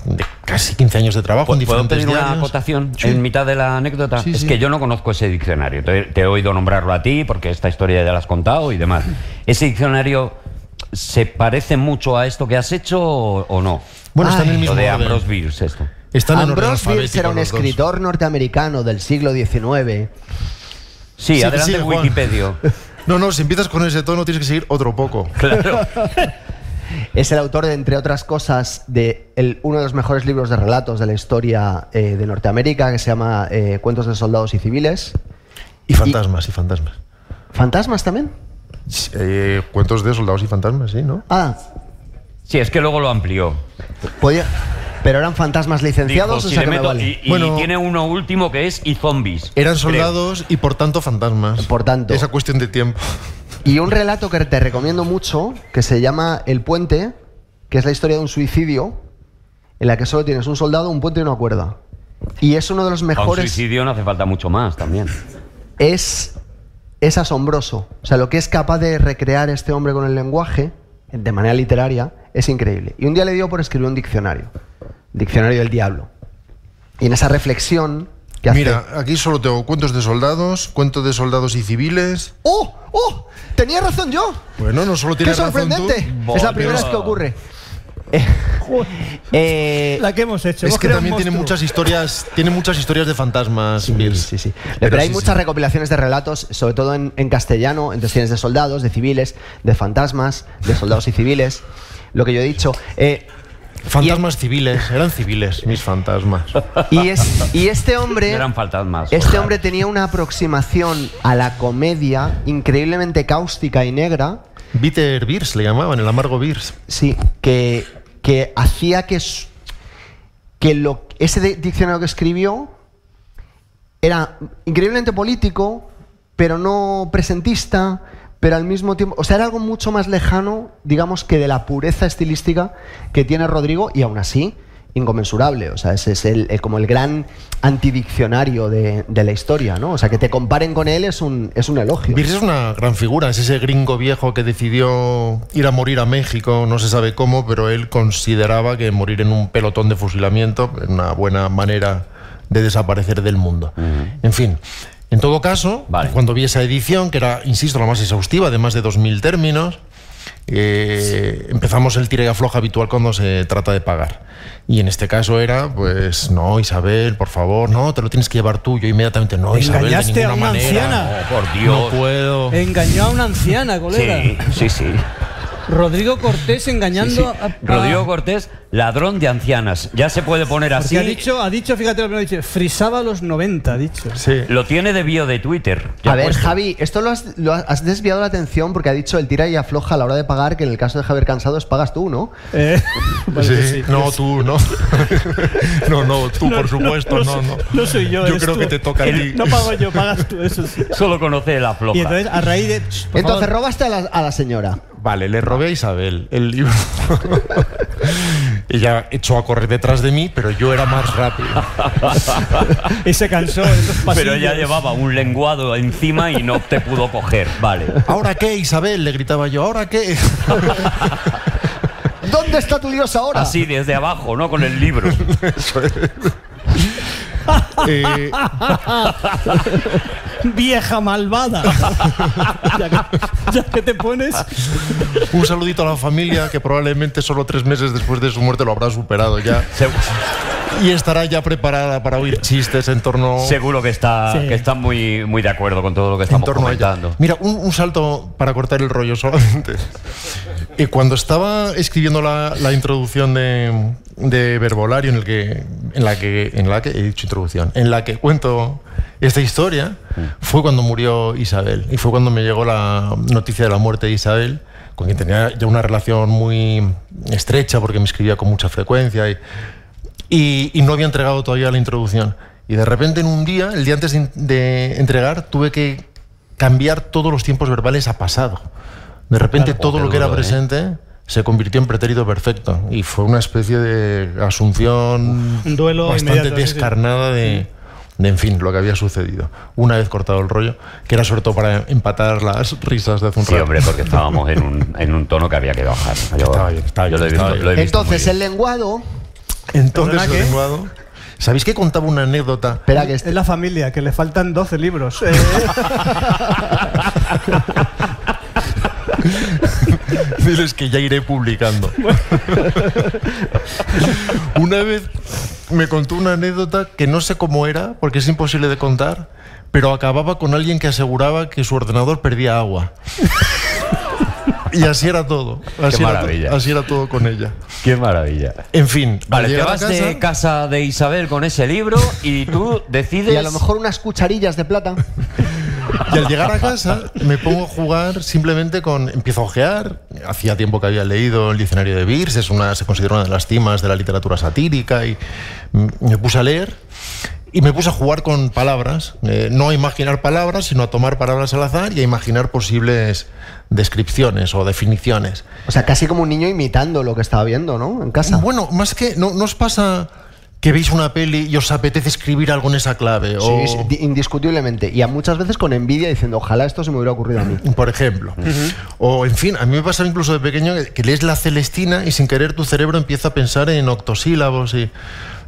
S4: de casi 15 años de trabajo en
S1: ¿Puedo
S4: diferentes
S1: pedir una
S4: diarios.
S1: acotación
S4: Sí.
S1: en mitad de la anécdota?
S4: Sí,
S1: es
S4: sí.
S1: que yo no conozco ese diccionario. Te, te he oído nombrarlo a ti porque esta historia ya la has contado y demás. ¿Ese diccionario se parece mucho a esto que has hecho o, o no?
S4: Bueno, está en el
S1: Lo
S4: mismo
S1: de
S4: orden.
S1: Ambrose Bierce esto.
S4: Están en orden
S3: Ambrose Bierce
S4: alfabético
S3: era un
S4: los dos.
S3: escritor norteamericano del siglo XIX.
S1: Sí,
S4: Sí,
S1: adelante
S4: sigue, Juan.
S1: Wikipedia.
S4: No, no, si empiezas con ese tono tienes que seguir otro poco.
S1: Claro.
S3: Es el autor, de, entre otras cosas, de el- uno de los mejores libros de relatos de la historia eh, de Norteamérica, que se llama eh, Cuentos de Soldados y Civiles.
S4: Y fantasmas, y fantasmas.
S3: ¿Fantasmas también?
S4: Eh, cuentos de soldados y fantasmas, sí, ¿no?
S3: Ah,
S1: Sí, es que luego lo amplió.
S3: podía... Pero eran fantasmas licenciados,
S1: Dijo,
S3: o
S1: si
S3: sea
S1: le
S3: que me
S1: meto-
S3: vale.
S1: y, y
S4: Bueno.
S1: tiene uno último que es y zombies. creo.
S4: Eran soldados y por tanto fantasmas.
S3: Por tanto.
S4: Esa cuestión de tiempo.
S3: Y un relato que te recomiendo mucho, que se llama El Puente, que es la historia de un suicidio, en la que solo tienes un soldado, un puente y una cuerda. Y es uno de los
S1: Para Ah, un
S3: mejores.
S1: suicidio no hace falta mucho más también.
S3: es, es asombroso. O sea, lo que es capaz de recrear este hombre con el lenguaje, de manera literaria, es increíble. Y un día le dio por escribir un diccionario, diccionario del diablo. Y en esa reflexión que hace...
S4: Mira, aquí solo tengo cuentos de soldados, cuentos de soldados y civiles.
S3: ¡Oh! ¡Oh! ¡Tenía razón yo!
S4: Bueno, no solo
S3: ¡Qué
S4: tienes razón tú.
S3: sorprendente! es la primera vez que ocurre. Eh, eh,
S2: La que hemos hecho.
S4: Es
S2: hemos
S4: que
S2: creado
S4: también
S2: un
S4: tiene
S2: monstruo.
S4: muchas historias, tiene muchas historias de fantasmas.
S3: Sí,
S4: Mills.
S3: sí, sí. Pero,
S4: Pero
S3: hay
S4: sí,
S3: muchas
S4: sí.
S3: recopilaciones de relatos, sobre todo en, en castellano, entonces tienes de soldados, de civiles, de fantasmas, de soldados y civiles. Lo que yo he dicho. Eh,
S4: Fantasmas civiles, eran civiles mis fantasmas.
S3: y, es, y este hombre.
S1: Eran fantasmas.
S3: Este hombre tenía una aproximación a la comedia increíblemente cáustica y negra,
S4: Bitter Beers le llamaban, el amargo Beers.
S3: sí, que, que hacía que, s- que lo, ese de- diccionario que escribió era increíblemente político, pero no presentista, pero al mismo tiempo, o sea, era algo mucho más lejano, digamos, que de la pureza estilística que tiene Rodrigo y aún así inconmensurable, o sea, ese es el, el- como el gran antidiccionario de, de la historia, ¿no? O sea, que te comparen con él es un, es un elogio.
S4: Beers es una gran figura, es ese gringo viejo que decidió ir a morir a México, no se sabe cómo, pero él consideraba que morir en un pelotón de fusilamiento era una buena manera de desaparecer del mundo. En fin, en todo caso,
S1: Vale.
S4: cuando vi esa edición, que era, insisto, la más exhaustiva, de más de 2.000 términos, eh, empezamos el tira y afloja habitual cuando se trata de pagar. Y en este caso era, pues, no, Isabel, por favor, no, te lo tienes que llevar tú. Yo inmediatamente, no, Isabel, de
S2: Engañaste a
S4: ninguna
S2: una
S4: manera.
S2: anciana.
S1: Oh, por
S4: No
S1: Dios.
S4: puedo.
S2: Engañó a una anciana, colega.
S1: sí, sí, sí.
S2: Rodrigo Cortés engañando
S1: Sí, sí.
S2: a. a-
S1: Rodrigo Cortés, ladrón de ancianas. Ya se puede poner
S2: Ah.
S1: así.
S2: Porque ha dicho, ha dicho, fíjate lo que ha dicho, frisaba los 90, ha dicho.
S4: Sí.
S1: Lo tiene de bio de Twitter. ya
S3: A ver,
S1: puesto.
S3: Javi, esto lo has, lo has desviado la atención porque ha dicho el tira y afloja a la hora de pagar, que en el caso de Javier Cansados pagas tú, ¿no?
S2: Eh, parece
S4: Sí,
S2: que sí.
S4: No, tú, no. no, no, tú, por supuesto, no, no.
S2: No soy yo.
S4: Yo
S2: eres
S4: creo
S2: tú.
S4: que te toca a ti.
S2: No pago yo, pagas tú, eso sí.
S1: Solo conoce el afloja.
S2: Y entonces, a raíz de. por
S3: Entonces
S2: favor,
S3: robaste a la, a la señora.
S4: Vale, le robé a Isabel el libro. Ella echó a correr detrás de mí, pero yo era más rápido.
S2: y se cansó. en los
S1: Pero
S2: pasillos.
S1: ella llevaba un lenguado encima y no te pudo coger. Vale.
S4: ¿Ahora qué, Isabel? Le gritaba yo, ¿ahora qué?
S3: ¿Dónde está tu dios ahora?
S1: Así desde abajo, ¿no? Con el libro.
S4: Eh,
S2: Vieja malvada. ya, que, ya que te pones.
S4: un saludito a la familia que probablemente solo tres meses después de su muerte lo habrá superado ya.
S1: Se-
S4: Y estará ya preparada para oír chistes en torno
S1: seguro que está,
S2: Sí.
S1: que está muy, muy de acuerdo con todo lo que
S4: en
S1: estamos
S4: torno a ella.
S1: comentando.
S4: Mira, un, un salto para cortar el rollo solamente. Eh, cuando estaba escribiendo la, la introducción de, de Verbolario, en, el que, en, la que, en la que he dicho introducción, en la que cuento esta historia,
S1: Mm.
S4: fue cuando murió Isabel. Y fue cuando me llegó la noticia de la muerte de Isabel, con quien tenía ya una relación muy estrecha porque me escribía con mucha frecuencia. Y, y, y no había entregado todavía la introducción. Y de repente en un día, el día antes de, de entregar, tuve que cambiar todos los tiempos verbales a pasado. De repente todo
S1: qué
S4: lo que era
S1: duro, ¿eh?
S4: presente se convirtió en pretérito perfecto. Y fue una especie de asunción
S2: Un duelo
S4: bastante
S2: inmediato, sí, sí.
S4: descarnada de, de, en fin, lo que había sucedido. Una vez cortado el rollo, que era sobre todo para empatar las risas de hace un
S1: Sí,
S4: rato.
S1: hombre, porque estábamos en un, en un tono que había que bajar. Yo,
S4: Estaba bien, estaba
S1: yo
S4: bien,
S1: lo he visto-
S4: estaba bien.
S1: lo he visto
S3: Entonces
S1: muy
S3: el
S1: bien.
S3: lenguado.
S4: Entonces,
S2: ¿Perdona
S4: el
S2: qué?
S4: lenguado- ¿sabéis que contaba una anécdota?
S3: Espera que este-
S2: Es la familia, que le faltan 12 libros. Eh,
S4: Diles que ya iré publicando. una vez me contó una anécdota que no sé cómo era, porque es imposible de contar, pero acababa con alguien que aseguraba que su ordenador perdía agua. y así era todo. Así,
S1: Qué
S4: era
S1: maravilla.
S4: to- así era todo con ella.
S1: Qué maravilla.
S4: En fin, al
S1: Vale, te
S4: llegar a
S1: vas
S4: casa-
S1: de casa de Isabel con ese libro y tú decides.
S3: Y a lo mejor unas cucharillas de plata.
S4: Y al llegar a casa me pongo a jugar simplemente con... Empiezo a ojear. Hacía tiempo que había leído el diccionario de Beers, es una, se considera una de las cimas de la literatura satírica y mm, me puse a leer y me puse a jugar con palabras, eh, no a imaginar palabras, sino a tomar palabras al azar y a imaginar posibles descripciones o definiciones.
S3: O sea, casi como un niño imitando lo que estaba viendo, ¿no? En casa.
S4: Bueno, más que. ¿No, no os pasa que veis una peli y os apetece escribir algo en esa clave? o,
S1: Oh.
S3: Sí, sí, di- indiscutiblemente. Y a muchas veces con envidia diciendo, ojalá esto se me hubiera ocurrido a mí.
S4: Por ejemplo. O, en fin, a mí me pasaba incluso de pequeño que, que lees la Celestina y sin querer tu cerebro empieza a pensar en octosílabos y.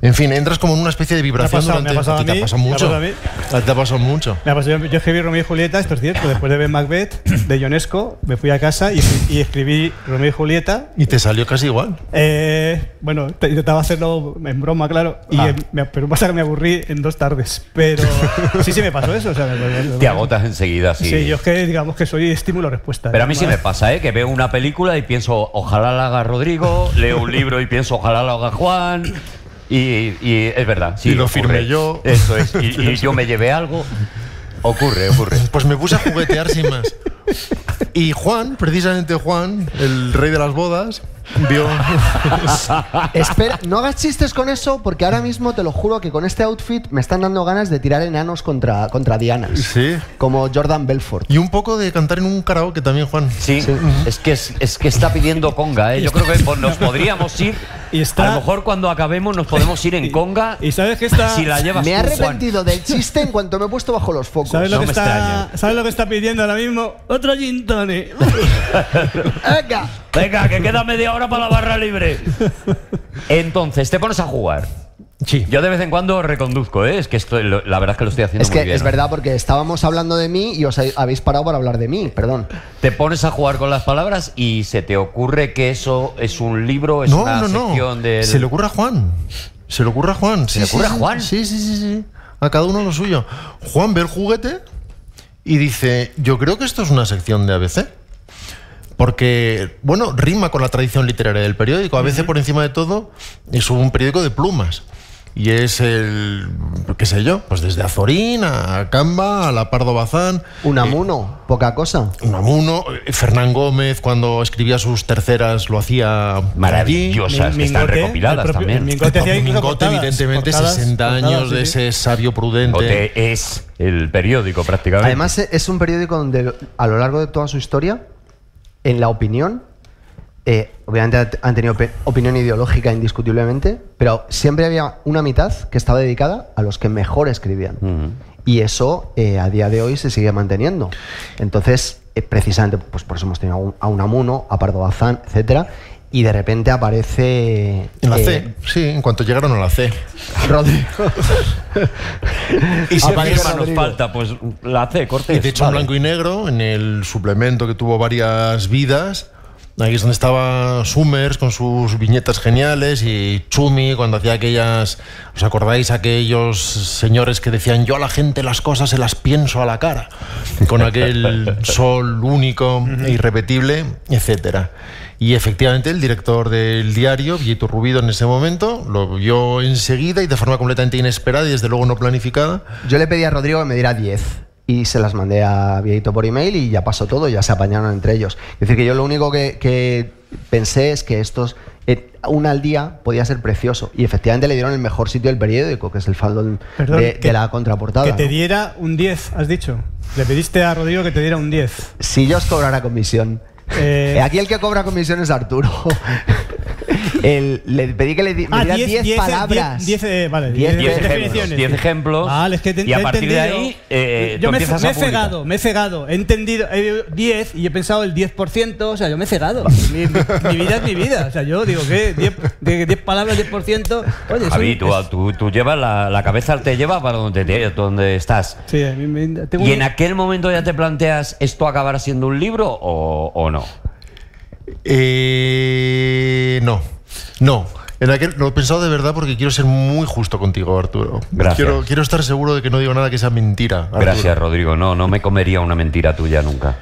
S4: En fin, entras como en una especie de vibración
S2: pasado, me ha
S4: durante.
S2: pasado
S4: a
S2: a
S4: ti te
S2: mí,
S4: ha pasado
S2: me ha
S4: mucho.
S2: pasado a mí.
S4: A ti te ha pasado mucho.
S2: Me ha pasado- pues yo escribí Romeo y Julieta, esto es cierto, después de ver Macbeth de Ionesco, me fui a casa y, y escribí Romeo y Julieta
S4: Y te salió casi igual.
S2: Eh, bueno, te- intentaba hacerlo en broma, claro, y
S4: Ah.
S2: eh, me- pero pasa que me aburrí en dos tardes. Pero sí, sí me pasó eso. O sea, me- me- me-
S1: Te agotas enseguida, sí.
S2: Sí, yo es que digamos que soy estímulo-respuesta.
S1: Pero a mí sí me
S2: Además,
S1: pasa, ¿eh? Que veo una película y pienso, ojalá la haga Rodrigo, leo un libro y pienso, ojalá la haga Juan. Y, y es verdad. Sí,
S4: Y lo
S1: ocurre.
S4: firmé yo.
S1: Eso es. Y, y yo me llevé algo. Ocurre, ocurre.
S4: Pues me puse a juguetear sin más. Y Juan, precisamente Juan, el rey de las bodas, vio.
S3: Espera, no hagas chistes con eso porque ahora mismo te lo juro que con este outfit me están dando ganas de tirar enanos contra, contra dianas.
S4: Sí.
S3: Como Jordan Belfort.
S4: Y un poco de cantar en un karaoke también, Juan.
S1: Sí, Es, que es, es que está pidiendo conga, ¿eh? Yo creo que po- nos podríamos ir.
S2: Y está-
S1: A lo mejor cuando acabemos nos podemos ir en conga.
S2: ¿Y sabes que está-
S1: Si la llevas
S3: Me he
S1: tú, Juan.
S3: arrepentido del chiste en cuanto me he puesto bajo los focos.
S2: ¿Sabes lo,
S1: No
S2: que
S1: me
S2: está,
S1: extraña.
S2: ¿Sabes lo que está pidiendo ahora mismo? Otro gin tonic.
S3: Venga.
S1: Venga, que queda media hora para la barra libre. Entonces, te pones a jugar.
S4: Sí.
S1: Yo de vez en cuando reconduzco, ¿eh? Es que esto, lo- la verdad es que lo estoy haciendo
S3: Es
S1: muy
S3: que
S1: bien.
S3: es
S1: ¿no?
S3: verdad porque estábamos hablando de mí y os ha- habéis parado para hablar de mí, perdón.
S1: Te pones a jugar con las palabras y se te ocurre que eso es un libro, es
S4: No,
S1: pues una
S4: no, no.
S1: sección del-
S4: Se le ocurre a Juan. Se le ocurre a Juan. Sí,
S1: le
S4: sí,
S1: ocurre a
S4: sí.
S1: Juan?
S4: Sí, sí, sí, sí. A cada uno lo suyo. Juan ve el juguete y dice: Yo creo que esto es una sección de ABC. Porque, bueno, rima con la tradición literaria del periódico. A veces, por encima de todo, es un periódico de plumas. Y es el, qué sé yo, pues desde Azorín a Camba, a La Pardo Bazán.
S3: Unamuno, poca cosa.
S4: Unamuno, eh, Fernán Gómez cuando escribía sus terceras lo hacía allí.
S1: maravillosas que están
S2: Mingote, el
S1: recopiladas
S2: propio-
S1: también.
S2: Mingote hacía incluso
S4: Mingote,
S2: portadas,
S4: evidentemente,
S2: portadas,
S4: 60
S2: portadas,
S4: años
S2: sí,
S4: de
S2: sí.
S4: ese sabio prudente.
S1: Mingote es el periódico prácticamente.
S3: Además e- es un periódico donde a lo largo de toda su historia, en la opinión, eh, obviamente ha- han tenido pe- opinión ideológica indiscutiblemente, pero siempre había una mitad que estaba dedicada a los que mejor escribían.
S4: eh,
S1: Ujú.
S3: Y eso eh, a día de hoy se sigue manteniendo. Entonces, eh, precisamente, pues por eso hemos tenido a un- a Unamuno, a Pardo Bazán, etcétera, y de repente aparece
S4: En la
S3: eh,
S4: C, sí, en cuanto llegaron a la C.
S3: Rodrigo.
S1: ¿Y si
S3: Aparece
S1: firma Ah, nos
S3: Rodrigo.
S1: falta? Pues la C, cortés.
S4: Y de hecho, en
S1: vale.
S4: blanco y negro, en el suplemento que tuvo varias vidas, ahí es donde estaba Summers con sus viñetas geniales y Chumi cuando hacía aquellas. ¿Os acordáis aquellos señores que decían yo a la gente las cosas se las pienso a la cara? Con aquel sol único e irrepetible, etcétera. Y efectivamente el director del diario, Vieto Rubido, en ese momento lo vio enseguida y de forma completamente inesperada y desde luego no planificada.
S3: Yo le pedí a Rodrigo que me diera 10 y se las mandé a Vieito por email y ya pasó todo, ya se apañaron entre ellos. Es decir, que yo lo único que, que pensé es que estos, eh, un al día podía ser precioso y efectivamente le dieron el mejor sitio del periódico, que es el faldón
S2: Perdón,
S3: de,
S2: que-
S3: de la contraportada.
S2: Que te
S3: ¿no?
S2: diera un 10, has dicho. Le pediste a Rodrigo que te diera un 10.
S3: Si yo os cobrara comisión.
S2: Eh,
S3: Eh, Aquí el que cobra comisión es Arturo. El- le pedí que le di- me
S2: Ah,
S3: diera
S2: 10,
S3: 10
S2: 10,
S3: palabras.
S2: 10, eh, vale, 10
S3: 10
S1: 10
S3: pe-
S1: ejemplos.
S2: definiciones.
S1: 10 ejemplos.
S2: Vale, es que te-
S1: y a
S2: te he
S1: partir de
S2: entendido.
S1: ahí, eh,
S2: yo
S1: tú
S2: me, he-
S1: empiezas
S2: me
S1: a
S2: he cegado, me he cegado. He entendido eh, 10 y he pensado el 10%, o sea, yo me he cegado. mi, mi- mi vida es mi vida. O sea, yo digo que 10, de 10 palabras, 10%. Oye,
S1: Javi,
S2: sí,
S1: tú,
S2: es-
S1: tú- tú llevas la, la cabeza, te lleva para donde, te- donde estás.
S2: sí, a mí me- tengo
S1: ¿Y
S2: un-
S1: en aquel momento ya te planteas esto acabará siendo un libro o, o no?
S4: Eh, no, no. En aquel- lo he pensado de verdad porque quiero ser muy justo contigo, Arturo.
S1: Gracias.
S4: Quiero, quiero estar seguro de que no digo nada que sea mentira. Arturo.
S1: Gracias, Rodrigo. No, no me comería una mentira tuya nunca.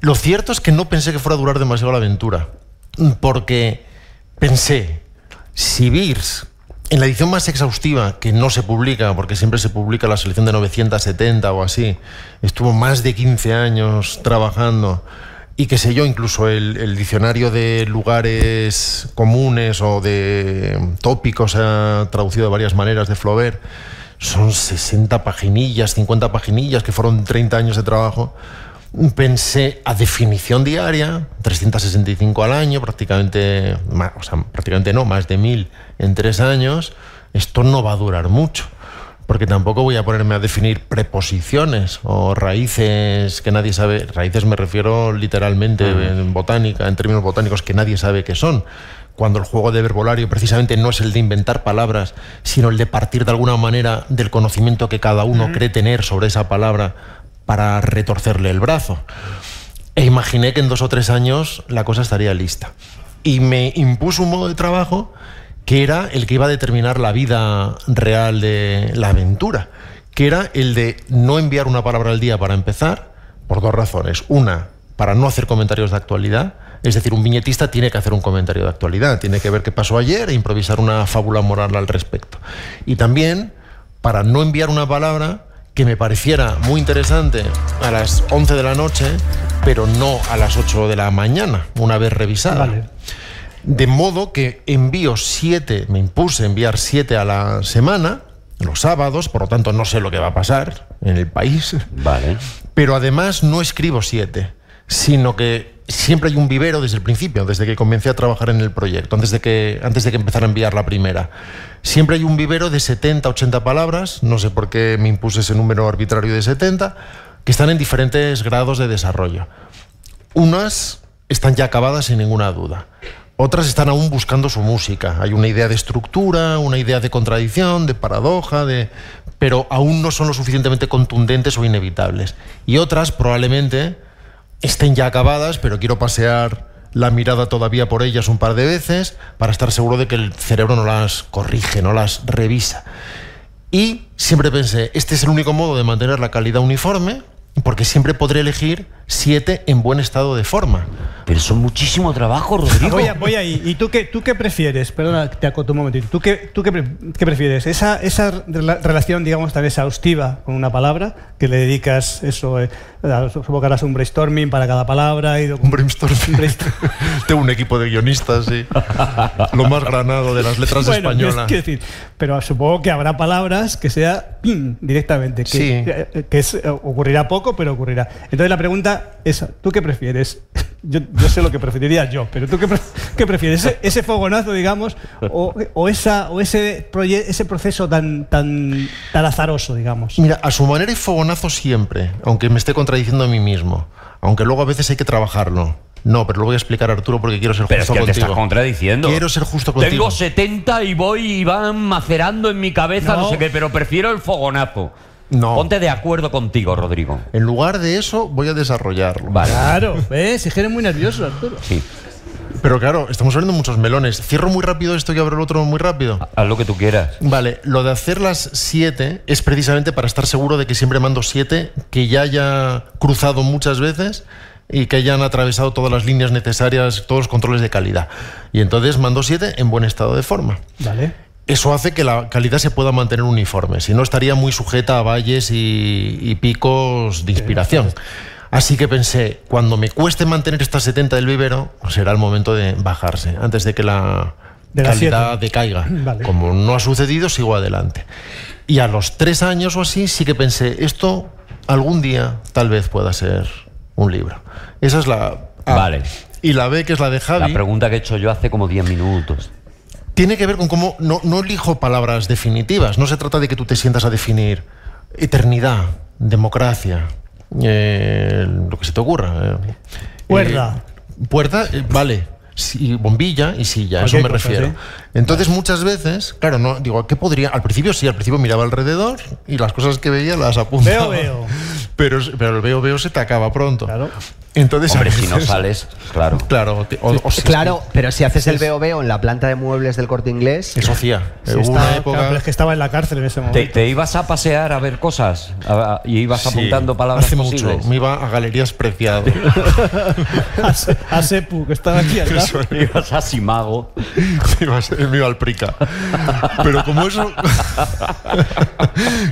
S4: Lo cierto es que no pensé que fuera a durar demasiado la aventura. Porque pensé, si Beers En la edición más exhaustiva, que no se publica, porque siempre se publica la selección de 970 o así, estuvo más de 15 años trabajando y qué sé yo, incluso el, el diccionario de lugares comunes o de tópicos se ha traducido de varias maneras de Flaubert. Son 60 paginillas, 50 paginillas, que fueron 30 años de trabajo. Pensé a definición diaria, 365 al año, prácticamente, ma- o sea, prácticamente no, más de 1000 en tres años. Esto no va a durar mucho porque tampoco voy a ponerme a definir preposiciones o raíces que nadie sabe. Raíces me refiero literalmente en botánica, en términos botánicos que nadie sabe qué son. Cuando el juego de verbolario precisamente no es el de inventar palabras, sino el de partir de alguna manera del conocimiento que cada uno cree tener sobre esa palabra para retorcerle el brazo. E imaginé que en dos o tres años la cosa estaría lista. Y me impuso un modo de trabajo que era el que iba a determinar la vida real de la aventura, que era el de no enviar una palabra al día para empezar, por dos razones. Una, para no hacer comentarios de actualidad, es decir, un viñetista tiene que hacer un comentario de actualidad, tiene que ver qué pasó ayer e improvisar una fábula moral al respecto. Y también para no enviar una palabra que me pareciera muy interesante a las 11 de la noche, pero no a las 8 de la mañana, una vez revisada.
S2: Vale.
S4: De modo que envío siete, me impuse enviar siete a la semana, los sábados, por lo tanto no sé lo que va a pasar en el país,
S1: Vale.
S4: pero además no escribo siete, sino que siempre hay un vivero desde el principio, desde que comencé a trabajar en el proyecto, antes de que, antes de que empezara a enviar la primera. Siempre hay un vivero de 70, 80 palabras, no sé por qué me impuse ese número arbitrario de 70, que están en diferentes grados de desarrollo. Unas están ya acabadas sin ninguna duda. Otras están aún buscando su música. Hay una idea de estructura, una idea de contradicción, de paradoja, de pero aún no son lo suficientemente contundentes o inevitables. Y otras probablemente estén ya acabadas, pero quiero pasear la mirada todavía por ellas un par de veces para estar seguro de que el cerebro no las corrige, no las revisa. Y siempre pensé, este es el único modo de mantener la calidad uniforme, porque siempre podré elegir siete en buen estado de forma.
S1: Pero son muchísimo trabajo, Rodrigo.
S2: Voy, a- voy ahí. ¿Y tú qué, tú qué prefieres? Perdona, te acoto un momentito. ¿Tú qué, tú qué, pre- qué prefieres? ¿Esa, esa rela- relación, digamos, tan exhaustiva con una palabra, que le dedicas eso, eh, a- supongo que harás un brainstorming para cada palabra y
S4: Un brainstorming. Tengo un equipo de guionistas, sí. Lo más granado de las letras
S2: Bueno, es
S4: españolas.
S2: que decir, pero supongo que habrá palabras que sea pin directamente, que, eh,
S4: Sí.
S2: que- que es- ocurrirá poco, pero ocurrirá. Entonces la pregunta es, ¿tú qué prefieres? Yo, yo sé lo que preferiría yo, pero ¿tú qué, pre- qué prefieres? ¿Ese, ese fogonazo, digamos, o, o esa, o ese, proye- ese proceso tan, tan, tan azaroso, digamos?
S4: Mira, a su manera y fogonazo siempre, aunque me esté contradiciendo a mí mismo. Aunque luego a veces hay que trabajarlo. No, pero lo voy a explicar a Arturo porque quiero ser
S1: Pero es
S4: justo
S1: que te
S4: contigo.
S1: estás contradiciendo.
S4: Quiero ser justo
S1: Tengo
S4: contigo.
S1: 70 y voy y van macerando en mi cabeza, no,
S2: No.
S1: sé qué, pero prefiero el fogonazo.
S4: No.
S1: Ponte de acuerdo contigo, Rodrigo.
S4: En lugar de eso, voy a desarrollarlo.
S1: Vale.
S2: Claro, ¿ves? Es que eres muy nervioso, Arturo.
S1: Sí.
S4: Pero claro, estamos abriendo muchos melones. Cierro muy rápido esto y abro el otro muy rápido.
S1: Haz lo que tú quieras.
S4: Vale, lo de hacer las 7 es precisamente para estar seguro de que siempre mando 7, que ya haya cruzado muchas veces y que hayan atravesado todas las líneas necesarias, todos los controles de calidad. Y entonces mando 7 en buen estado de forma.
S2: Vale.
S4: Eso hace que la calidad se pueda mantener uniforme, si no estaría muy sujeta a valles y, y picos de inspiración. Así que pensé, cuando me cueste mantener estas 70 del vivero, será el momento de bajarse, antes de que la
S2: De las
S4: calidad
S2: siete.
S4: decaiga.
S2: Vale.
S4: Como no ha sucedido, sigo adelante. Y a los tres años o así sí que pensé, esto algún día tal vez pueda ser un libro. Esa es la A.
S1: Vale.
S4: Y la B, que es la de Javi.
S1: La pregunta que he hecho yo hace como 10 minutos.
S4: Tiene que ver con cómo no, no elijo palabras definitivas. No se trata de que tú te sientas a definir eternidad, democracia, eh, lo que se te ocurra. eh.
S2: Puerta.
S4: Eh, puerta, eh, vale. Sí, bombilla y silla, a eso
S2: Cualquier
S4: me
S2: cosa,
S4: refiero.
S2: pues, sí.
S4: Entonces muchas veces, claro, no digo, ¿qué podría? Al principio sí, al principio miraba alrededor y las cosas que veía las
S2: Veo,
S4: apuntaba.
S2: veo.
S4: pero, pero el veo veo se te acaba pronto.
S2: Claro.
S4: Entonces, a
S1: Hombre, si no
S4: veces-
S1: sales, claro.
S4: Claro, te- o- o-
S3: Claro, pero si haces el
S4: es-
S3: veo veo en la planta de muebles del corte inglés,
S4: Eso hacía.
S2: Sí,
S4: Hubo
S2: está-
S4: una
S2: claro,
S4: época.
S2: pero es que estaba en la cárcel en ese momento.
S1: Te, te ibas a pasear a ver cosas a- a- y ibas
S4: sí,
S1: apuntando palabras
S4: Hace
S1: posibles.
S4: mucho. Me iba a galerías preciado.
S2: A Se- A Sepu, que estaba aquí al lado.
S4: Eso es.
S1: Ibas a Simago.
S4: Me iba, a ser- me iba al prica. Pero como eso.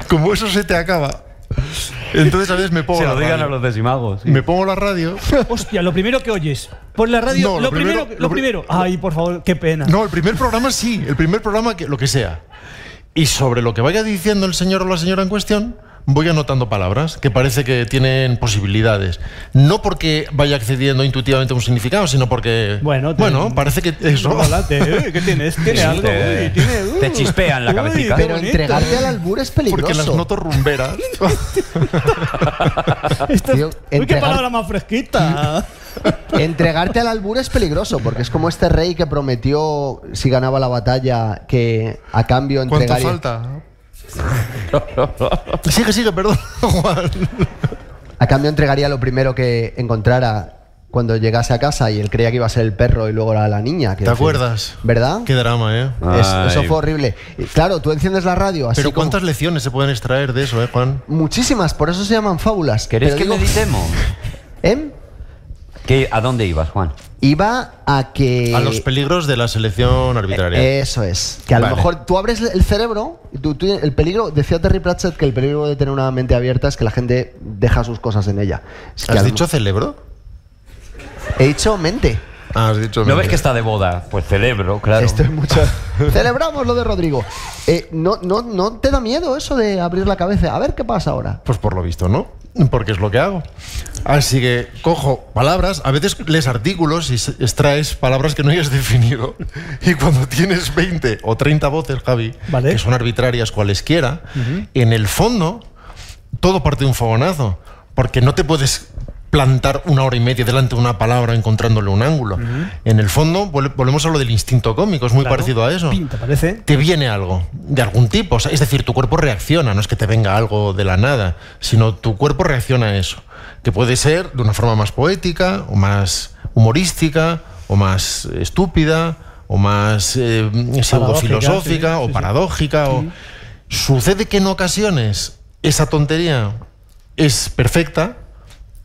S4: como eso se te acaba. Entonces a veces me pongo.
S1: Se lo
S4: la
S1: digan a
S4: radio.
S1: los de Simago. sí.
S4: Me pongo la radio.
S2: Hostia, lo primero que oyes. Por la radio,
S4: No,
S2: lo, primero, lo primero. Ay, por favor, qué pena.
S4: No, el primer programa sí. El primer programa, que, lo que sea. Y sobre lo que vaya diciendo el señor o la señora en cuestión. Voy anotando palabras que parece que tienen posibilidades. No porque vaya accediendo intuitivamente a un significado, sino porque.
S2: Bueno, te-
S4: parece que eso.
S2: Chocolate, ¿eh? ¿qué tienes? Tiene
S1: Sí,
S2: algo.
S1: te-
S2: uy, tiene,
S1: te
S2: uy.
S1: chispean la
S2: Uy,
S1: cabecita.
S2: qué
S3: pero
S2: bonito. ¿eh?
S3: entregarte al albur es peligroso.
S4: Porque las noto rumberas.
S2: Esto-
S3: Tío,
S2: uy, qué
S3: entregar-
S2: palabra más fresquita.
S3: Entregarte al albur es peligroso, porque es como este rey que prometió, si ganaba la batalla, que a cambio
S4: ¿Cuánto
S3: entregaría.
S4: falta? sigue, sigue, perdón, Juan.
S3: A cambio entregaría lo primero que encontrara cuando llegase a casa y él creía que iba a ser el perro y luego era la niña. que
S4: ¿Te
S3: en fin,
S4: acuerdas?
S3: ¿Verdad?
S4: Qué drama, ¿eh?
S3: Es- eso
S1: Ay.
S3: fue horrible. Y Claro, tú enciendes la radio Ah. así
S4: Pero
S3: como-
S4: ¿cuántas lecciones se pueden extraer de eso, eh, Juan?
S3: Muchísimas, por eso se llaman fábulas.
S1: ¿Queréis
S3: Pero
S1: que
S3: digo-
S1: meditemos?
S3: ¿Em?
S1: ¿Qué- ¿A dónde ibas, Juan?
S3: Iba a que... Eh,
S4: A los peligros de la selección arbitraria.
S3: Eso es. Que a lo
S4: Vale.
S3: mejor tú abres el cerebro, y tú- tú- el peligro, decía Terry Pratchett que el peligro de tener una mente abierta es que la gente deja sus cosas en ella. Es que a
S4: ¿Has
S3: lo-
S4: dicho celebro?
S3: He dicho mente.
S4: Ah, has dicho
S1: ¿No ves
S4: mente.
S1: que está de boda? Pues celebro, claro.
S3: Estoy mucho. Celebramos lo de Rodrigo. Eh, no, no, ¿No te da miedo eso de abrir la cabeza? A ver qué pasa ahora.
S4: Pues por lo visto, ¿no? Porque es lo que hago. Así que cojo palabras, a veces lees artículos y s- extraes palabras que no hayas definido. Y cuando tienes 20 o 30 voces, Javi,
S2: Vale.
S4: que son arbitrarias cualesquiera, en el fondo todo parte de un fogonazo. Porque no te puedes plantar una hora y media delante de una palabra encontrándole un ángulo. En el fondo, vol- volvemos a lo del instinto cómico, es muy
S2: Claro.
S4: parecido a eso
S2: Pinta, parece.
S4: te viene algo de algún tipo. O sea, es decir, tu cuerpo reacciona, no es que te venga algo de la nada, sino tu cuerpo reacciona a eso. Que puede ser de una forma más poética, o más humorística, o más estúpida, o más eh, pseudofilosófica,
S2: sí,
S4: o
S2: sí, sí.
S4: paradójica. O... Sucede que en ocasiones esa tontería es perfecta.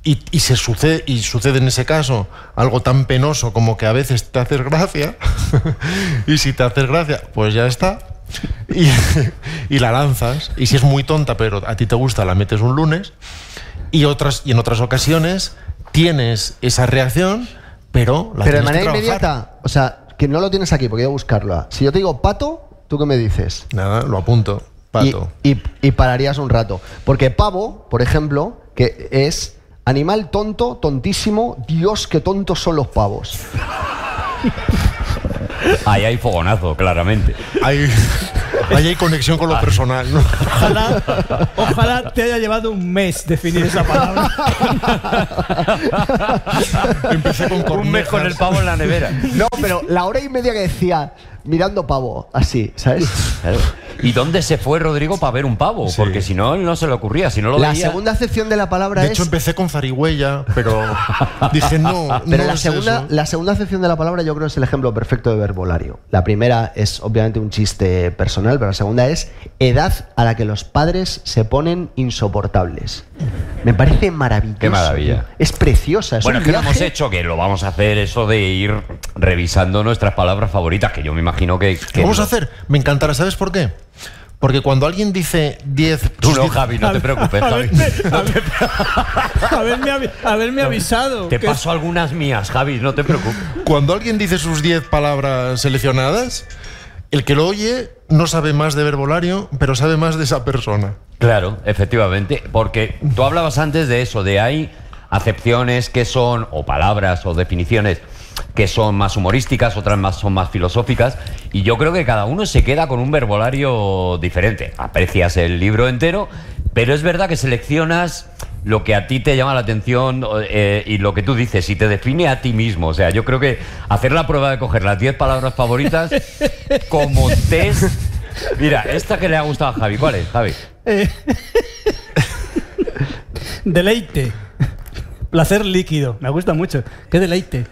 S4: Y, y se sucede, y sucede en ese caso algo tan penoso como que a veces te haces gracia, y si te haces gracia, pues ya está, y, y la lanzas, y si es muy tonta, pero a ti te gusta, la metes un lunes, y, otras, y en otras ocasiones tienes esa reacción, pero la
S3: Pero de
S4: tienes que
S3: manera
S4: trabajar.
S3: inmediata, o sea, que no lo tienes aquí porque voy a buscarla. Si yo te digo pato, ¿tú qué me dices?
S4: Nada, lo apunto,
S3: Y-
S4: pato.
S3: Y, y pararías un rato. Porque pavo, por ejemplo, que es animal tonto, tontísimo, Dios, qué tontos son los pavos.
S1: Ahí hay fogonazo, claramente.
S4: Ahí, ahí hay conexión
S1: Ah.
S4: con lo personal, ¿no?
S2: Ojalá, ojalá te haya llevado un mes definir esa palabra.
S4: Empecé con
S1: Un mes con el
S4: cornejas.
S1: pavo en la nevera.
S3: No, pero la hora y media que decía mirando pavo, así, ¿sabes?
S1: Claro. ¿Y dónde se fue Rodrigo para ver un pavo?
S4: Sí.
S1: Porque si no, no se le ocurría. Si no lo
S3: La
S1: veía-
S3: segunda acepción de la palabra
S4: De
S3: es.
S4: hecho, empecé con zarigüeya, pero dije no.
S3: pero
S4: no
S3: la,
S4: es
S3: segunda,
S4: eso.
S3: la segunda acepción de la palabra yo creo es el ejemplo perfecto de verbolario. La primera es obviamente un chiste personal, pero la segunda es edad a la que los padres se ponen insoportables. Me parece maravilloso.
S1: Qué maravilla.
S3: Es preciosa. Es
S1: Bueno,
S3: un
S1: es que lo
S3: viaje.
S1: hemos hecho, que lo vamos a hacer eso de ir revisando nuestras palabras favoritas, que yo me imagino que... que
S4: ¿Qué vamos
S1: no.
S4: a hacer? Me encantará, ¿sabes por qué? Porque cuando alguien dice 10...
S1: Tú no,
S4: diez-
S1: Javi, no te preocupes, Javi.
S2: Haberme, haber- haberme avi- haberme avisado.
S1: Te
S2: que-
S1: paso algunas mías, Javi, no te preocupes.
S4: Cuando alguien dice sus 10 palabras seleccionadas, el que lo oye no sabe más de verbolario, pero sabe más de esa persona.
S1: Claro, efectivamente, porque tú hablabas antes de eso, de hay acepciones que son, o palabras o definiciones que son más humorísticas, otras más son más filosóficas, y yo creo que cada uno se queda con un verbolario diferente. Aprecias el libro entero, pero es verdad que seleccionas lo que a ti te llama la atención o, eh, y lo que tú dices, y te define a ti mismo. O sea, yo creo que hacer la prueba de coger las 10 palabras favoritas como test...
S2: Eh.
S1: Mira, esta que le ha gustado a Javi, ¿cuál es, Javi?
S2: Deleite. Placer líquido. Me gusta mucho. Qué deleite.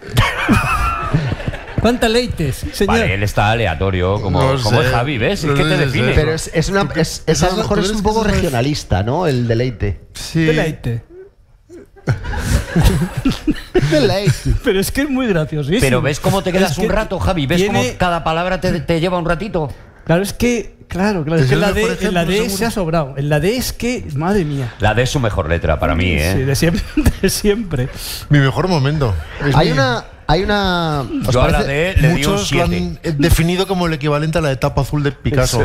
S2: ¿Cuántas leites, señor?
S1: Vale, él está aleatorio, como,
S4: No
S1: como
S4: sé.
S1: es Javi, ¿ves? Es
S4: No
S1: que te
S4: sé,
S1: define.
S4: sé.
S3: Pero es, es una, es, es a lo
S4: Eso-
S3: mejor
S4: ¿tú
S3: es
S4: crees
S3: un
S4: que
S3: poco
S4: eso es-
S3: regionalista, ¿no? El deleite.
S4: Sí.
S2: Deleite.
S3: Deleite.
S2: Pero es que es muy graciosísimo.
S1: Pero ves cómo te quedas
S2: Es que
S1: un rato, Javi. ¿Ves
S2: tiene-
S1: cómo cada palabra te, te lleva un ratito?
S2: Claro, es que, claro, claro. Es
S4: Es
S2: que en
S4: el
S2: la,
S4: mejor
S2: D, en la
S4: ejemplo,
S2: D se
S4: seguro.
S2: ha sobrado. En la D es que, madre mía.
S1: La D es su mejor letra para mí, ¿eh?
S2: Sí, de siempre. De siempre.
S4: Mi mejor momento. Es
S3: Hay
S4: mi-
S3: una. Hay una. ¿os
S1: Yo a la
S3: parece?
S1: D le di un
S4: Muchos lo
S1: 7.
S4: han eh, definido como el equivalente a la etapa azul de Picasso.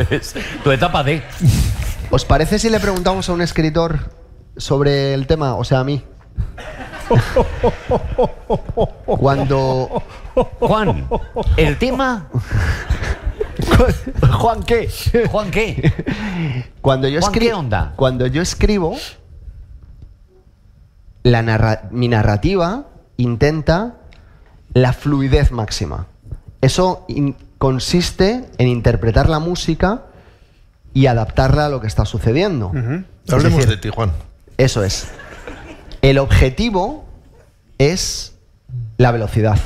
S1: Tu etapa D.
S3: ¿Os parece si le preguntamos a un escritor sobre el tema? O sea, a mí. Cuando.
S1: Juan, el tema.
S3: Juan, ¿qué?
S1: Juan, ¿qué?
S3: Cuando yo
S1: Juan, ¿qué
S3: escribo.
S1: onda?
S3: Cuando yo escribo. La narra- mi narrativa intenta la fluidez máxima. Eso in- consiste en interpretar la música y adaptarla a lo que está sucediendo. Es
S4: Hablemos
S3: decir,
S4: de ti, Juan.
S3: Eso es. El objetivo es la velocidad.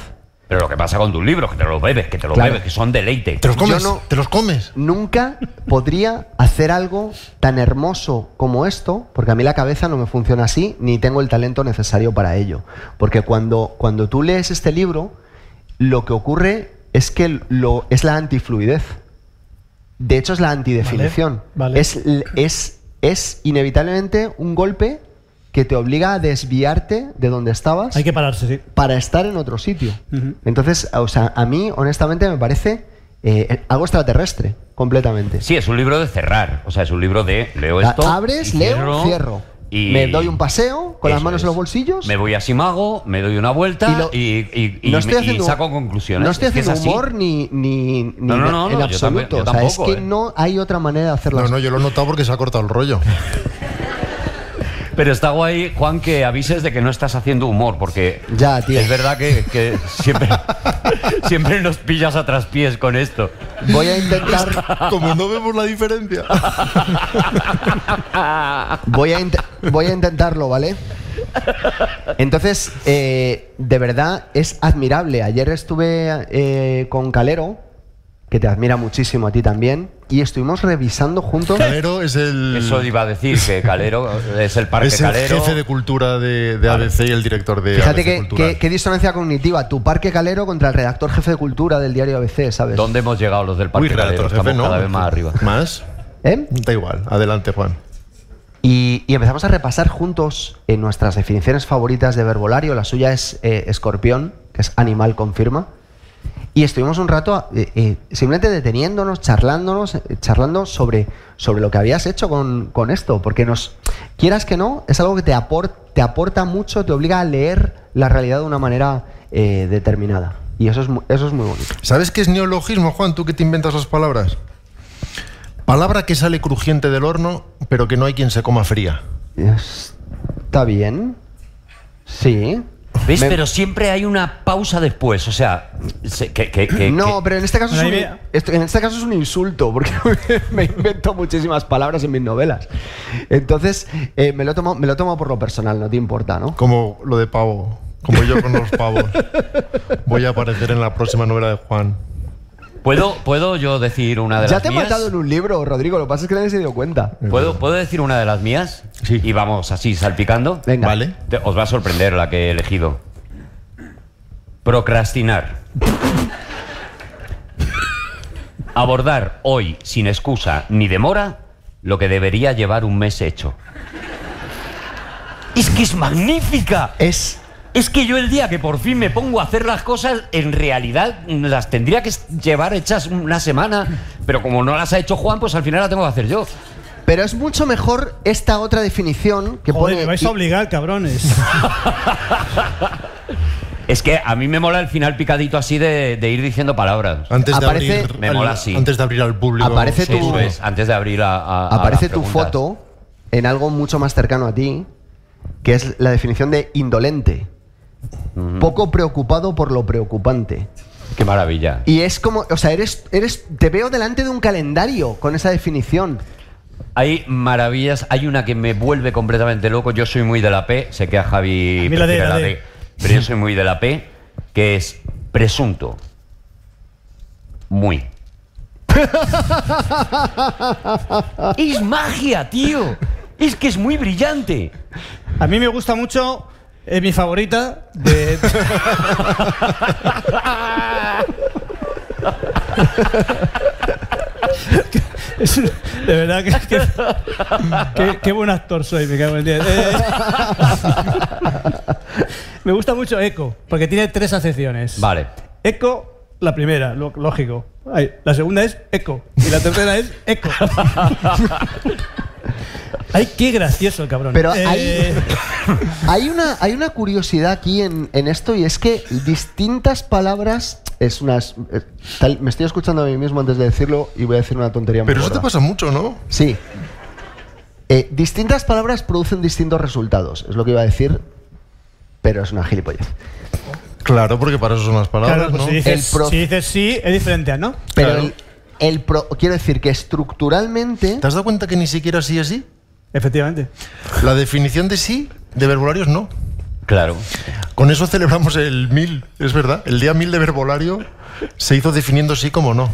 S1: Pero lo que pasa con tus libros, que te los bebes, que te los
S3: Claro.
S1: bebes, que son deleite.
S4: ¿Te los comes?
S3: no-
S4: ¿Te los comes?
S3: Nunca podría hacer algo tan hermoso como esto, porque a mí la cabeza no me funciona así, ni tengo el talento necesario para ello. Porque cuando, cuando tú lees este libro, lo que ocurre es que lo, es la antifluidez. De hecho, es la antidefinición.
S2: vale.
S3: Es, l- es, es inevitablemente un golpe que te obliga a desviarte de donde estabas.
S2: Hay que pararse, sí.
S3: para estar en otro sitio.
S2: Ujú.
S3: Entonces, o sea, a mí, honestamente, me parece eh, algo extraterrestre, completamente.
S1: Sí, es un libro de cerrar. O sea, es un libro de leo
S3: A-
S1: esto.
S3: Abres,
S1: y
S3: leo, cierro.
S1: y-
S3: Me doy un paseo con las
S1: Eso
S3: manos en los
S1: es.
S3: bolsillos.
S1: Me voy a Simago, me doy una vuelta y,
S3: Y lo-
S1: y- y-
S3: no
S1: y
S3: estoy
S1: me- y
S3: haciendo-
S1: saco conclusiones.
S3: No estoy
S1: Es que es
S3: haciendo
S1: así.
S3: humor ni, ni, ni
S1: No, no, no,
S3: en
S1: no, yo tampoco-
S3: absoluto.
S1: yo
S3: o sea, es
S1: tampoco,
S3: que
S1: eh.
S3: no hay otra manera de hacer
S4: No,
S3: las
S4: no, yo lo he notado porque se ha cortado el rollo.
S1: Pero está guay, Juan, que avises de que no estás haciendo humor, porque
S3: Ya, tío.
S1: es verdad que, que siempre, siempre nos pillas a traspiés con esto.
S3: Voy a intentar.
S4: Como no vemos la diferencia.
S3: Voy a, int- voy a intentarlo, ¿vale? Entonces, eh, de verdad es admirable. Ayer estuve eh, con Calero, que te admira muchísimo a ti también, y estuvimos revisando juntos.
S4: Calero es el,
S1: Eso iba a decir, que Calero es el parque
S4: Mm. es el
S1: Calero.
S4: jefe de cultura de, de ABC y el director de
S3: Fíjate
S4: ABC
S3: que-
S4: Cultural.
S3: que- qué disonancia cognitiva. Tu parque Calero contra el redactor jefe de cultura del diario ABC, ¿sabes?
S1: ¿Dónde hemos llegado los del parque
S4: Uy,
S1: Calero?
S4: redactor
S1: Estamos
S4: jefe, ¿no?
S1: cada vez más arriba.
S4: ¿Más?
S3: ¿Eh?
S4: Da igual. Adelante, Juan.
S3: Y, y empezamos a repasar juntos eh, nuestras definiciones favoritas de verbolario. La suya es eh, escorpión, que es animal con firma. Y estuvimos un rato eh, eh, simplemente deteniéndonos, charlándonos, eh, charlando sobre, sobre lo que habías hecho con, con esto. Porque nos, quieras que no, es algo que te, apor- te aporta mucho, te obliga a leer la realidad de una manera eh, determinada. Y eso es, mu- eso es muy bonito.
S4: ¿Sabes qué es neologismo, Juan? Tú que te inventas las palabras. Palabra que sale crujiente del horno, pero que no hay quien se coma fría.
S3: ¿Está bien? Sí.
S1: ¿Ves?
S3: Me-
S1: Pero siempre hay una pausa después, o sea, se- que, que- que-
S3: No,
S1: que-
S3: pero en este caso es
S2: Ahí
S3: un,
S2: me-
S3: esto- en este caso es un insulto, porque me invento muchísimas palabras en mis novelas. Entonces, eh, me, lo tomo, me lo tomo por lo personal, no te importa, ¿no?
S4: Como lo de pavo. Como yo con los pavos. Voy a aparecer en la próxima novela de Juan.
S1: ¿puedo, ¿puedo yo decir una de
S3: Ya
S1: las
S3: te he
S1: mías? Pues,
S3: matado en un libro, Rodrigo, lo que pasa es que nadie se dio cuenta.
S1: ¿Puedo, ¿Puedo decir una de las mías?
S4: Sí.
S1: Y vamos así, salpicando.
S3: Venga.
S4: ¿Vale?
S1: Te- os va a sorprender la que he elegido. Procrastinar. Abordar hoy, sin excusa ni demora, lo que debería llevar un mes hecho. Es que es magnífica.
S3: Es.
S1: Es que yo el día que por fin me pongo a hacer las cosas, en realidad las tendría que llevar hechas una semana, pero como no las ha hecho Juan, pues al final las tengo que hacer yo.
S3: Pero es mucho mejor esta otra definición que
S2: Joder,
S3: pone.
S2: me vais a obligar, cabrones.
S1: Es que a mí me mola el final picadito así de, de ir diciendo palabras.
S4: Antes de
S3: Aparece-
S4: abrir.
S1: Me
S4: al-
S1: mola, sí.
S4: Antes de abrir al público.
S3: Aparece
S4: su-
S3: tu-
S1: Eso es, antes de abrir a, a- a
S3: aparece
S1: las
S3: tu
S1: preguntas.
S3: foto en algo mucho más cercano a ti, que es la definición de indolente. Poco preocupado por lo preocupante.
S1: Qué maravilla.
S3: Y es como, o sea, eres, eres, te veo delante de un calendario con esa definición.
S1: Hay maravillas, hay una que me vuelve completamente loco. Yo soy muy de la P, sé que a Javi
S2: A mí la D,
S1: prefiere
S2: la D.
S1: pero yo soy muy de la P, que es presunto. Muy. es magia, tío. Es que es muy brillante.
S2: A mí me gusta mucho, es mi favorita de. Es- de verdad que, que- que- qué buen actor soy, me cago en diez. Eh, me gusta mucho Echo, porque tiene tres acepciones.
S1: Vale.
S2: Eco, la primera, lo- lógico. Ay, la segunda es eco. Y la tercera es eco. Ay, qué gracioso el cabrón.
S3: Pero
S2: Eh,
S3: hay- Hay una, hay una curiosidad aquí en, en esto y es que distintas palabras. Es unas. eh, tal- me estoy escuchando a mí mismo antes de decirlo y voy a decir una tontería muy
S4: Pero eso te
S3: gorda.
S4: pasa mucho, ¿no?
S3: Sí. Eh, distintas palabras producen distintos resultados. Es lo que iba a decir, pero es una gilipollez.
S4: Claro, porque para eso son las palabras,
S2: Claro, pues
S4: ¿no?
S2: si, dices,
S3: El pro-
S2: si dices sí, es diferente a no.
S3: Pero
S4: Claro.
S3: el, el pro- quiero decir que estructuralmente.
S4: ¿Te has dado cuenta que ni siquiera sí es sí?
S2: Efectivamente.
S4: La definición de sí de verbolario es no.
S1: Claro.
S4: Con eso celebramos el 1000, es verdad. El día 1000 de verbolario se hizo definiendo sí como no.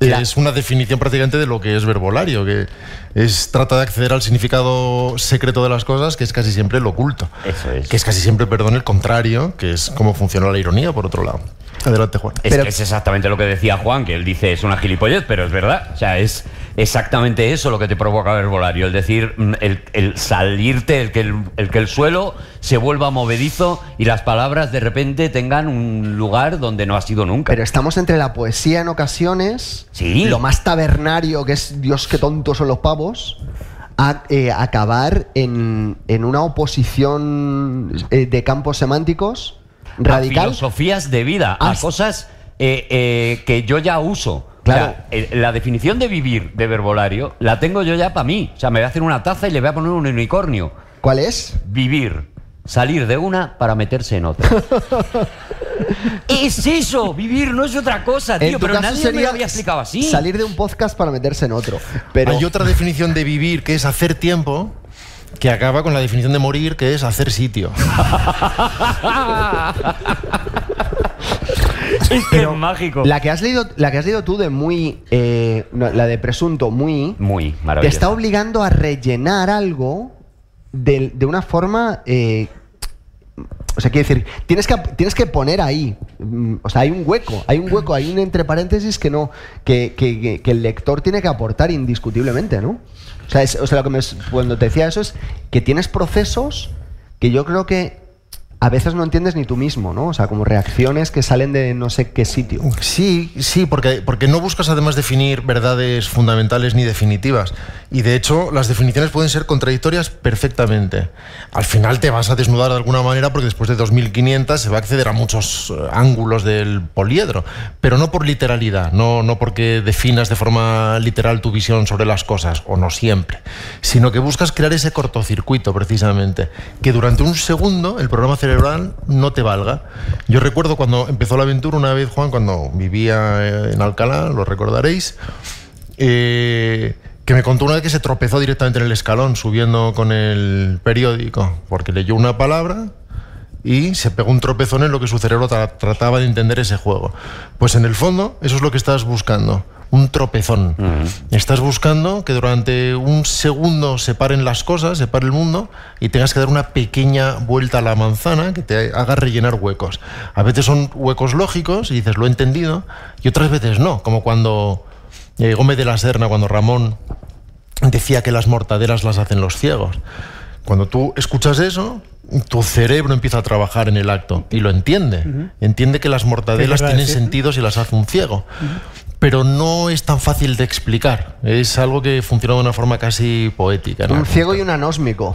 S4: que
S3: La-
S4: Es una definición prácticamente de lo que es verbolario, que es trata de acceder al significado secreto de las cosas, que es casi siempre lo oculto.
S1: Eso es.
S4: Que es casi siempre, perdón, el contrario, que es cómo funciona la ironía, por otro lado. Adelante, Juan.
S1: Es
S3: Pero-
S1: que es exactamente lo que decía Juan, que él dice es una gilipollez, pero es verdad. O sea, es exactamente eso lo que te provoca verbolario. El decir, mm, el, el salirte, el que el, el que el suelo se vuelva movedizo y las palabras de repente tengan un lugar donde no ha sido nunca.
S3: Pero estamos entre la poesía en ocasiones,
S1: Sí.
S3: lo más tabernario que es Dios qué tontos son los pavos, a eh, acabar en, en una oposición eh, de campos semánticos
S1: A
S3: radical.
S1: filosofías de vida, a
S3: Ah, sí.
S1: cosas eh, eh, que yo ya uso.
S3: Claro.
S1: O sea, eh, la definición de vivir de verbolario la tengo yo ya para mí. O sea, me voy a hacer una taza y le voy a poner un unicornio.
S3: ¿Cuál es?
S1: vivir, salir de una para meterse en otra. es eso, vivir no es otra cosa, Ah, tío,
S3: En tu
S1: pero
S3: caso
S1: nadie me
S3: sería
S1: lo había explicado así. Ah,
S3: Salir de un podcast para meterse en otro. Pero
S4: Hay otra definición de vivir, que es hacer tiempo, que acaba con la definición de morir, que es hacer sitio.
S1: es que es mágico.
S3: la que has leído, la que has leído tú de muy, eh, no, la de presunto muy,
S1: Muy
S3: te está
S1: maravilloso.
S3: obligando a rellenar algo de, de una forma. eh, o sea, quiero decir, tienes que, tienes que poner ahí. mm, O sea, hay un hueco, hay un hueco, hay un entre paréntesis que no. que, que- que- que el lector tiene que aportar indiscutiblemente, ¿no? O sea, es- o sea, lo que me- cuando te decía eso es que tienes procesos que yo creo que a veces no entiendes ni tú mismo, ¿no? O sea, como reacciones que salen de no sé qué sitio.
S4: Sí, sí, porque, porque no buscas además definir verdades fundamentales ni definitivas. Y de hecho, las definiciones pueden ser contradictorias perfectamente. Al final te vas a desnudar de alguna manera porque después de 2500 se va a acceder a muchos eh, ángulos del poliedro. Pero no por literalidad, no, no porque definas de forma literal tu visión sobre las cosas, o no siempre, sino que buscas crear ese cortocircuito precisamente, que durante un segundo el programa cerebral no te valga. Yo recuerdo cuando empezó la aventura una vez, Juan, cuando vivía eh, en Alcalá, lo recordaréis, eh, que me contó una vez que se tropezó directamente en el escalón subiendo con el periódico, porque leyó una palabra y se pegó un tropezón en lo que su cerebro tra- trataba de entender ese juego. Pues en el fondo, eso es lo que estás buscando. Un tropezón. Estás buscando que durante un segundo se paren las cosas, se pare el mundo y tengas que dar una pequeña vuelta a la manzana que te haga rellenar huecos. A veces son huecos lógicos y dices lo he entendido y otras veces no, como cuando eh, Gómez de la Serna, cuando Ramón decía que las mortaderas las hacen los ciegos. Cuando tú escuchas eso, tu cerebro empieza a trabajar en el acto y lo entiende. Entiende que las mortadelas
S2: Sí, es verdad,
S4: tienen
S2: sí.
S4: sentidos y las hace un ciego. Pero no es tan fácil de explicar. Es algo que funciona de una forma casi poética. ¿no?
S3: Un ciego y un anósmico.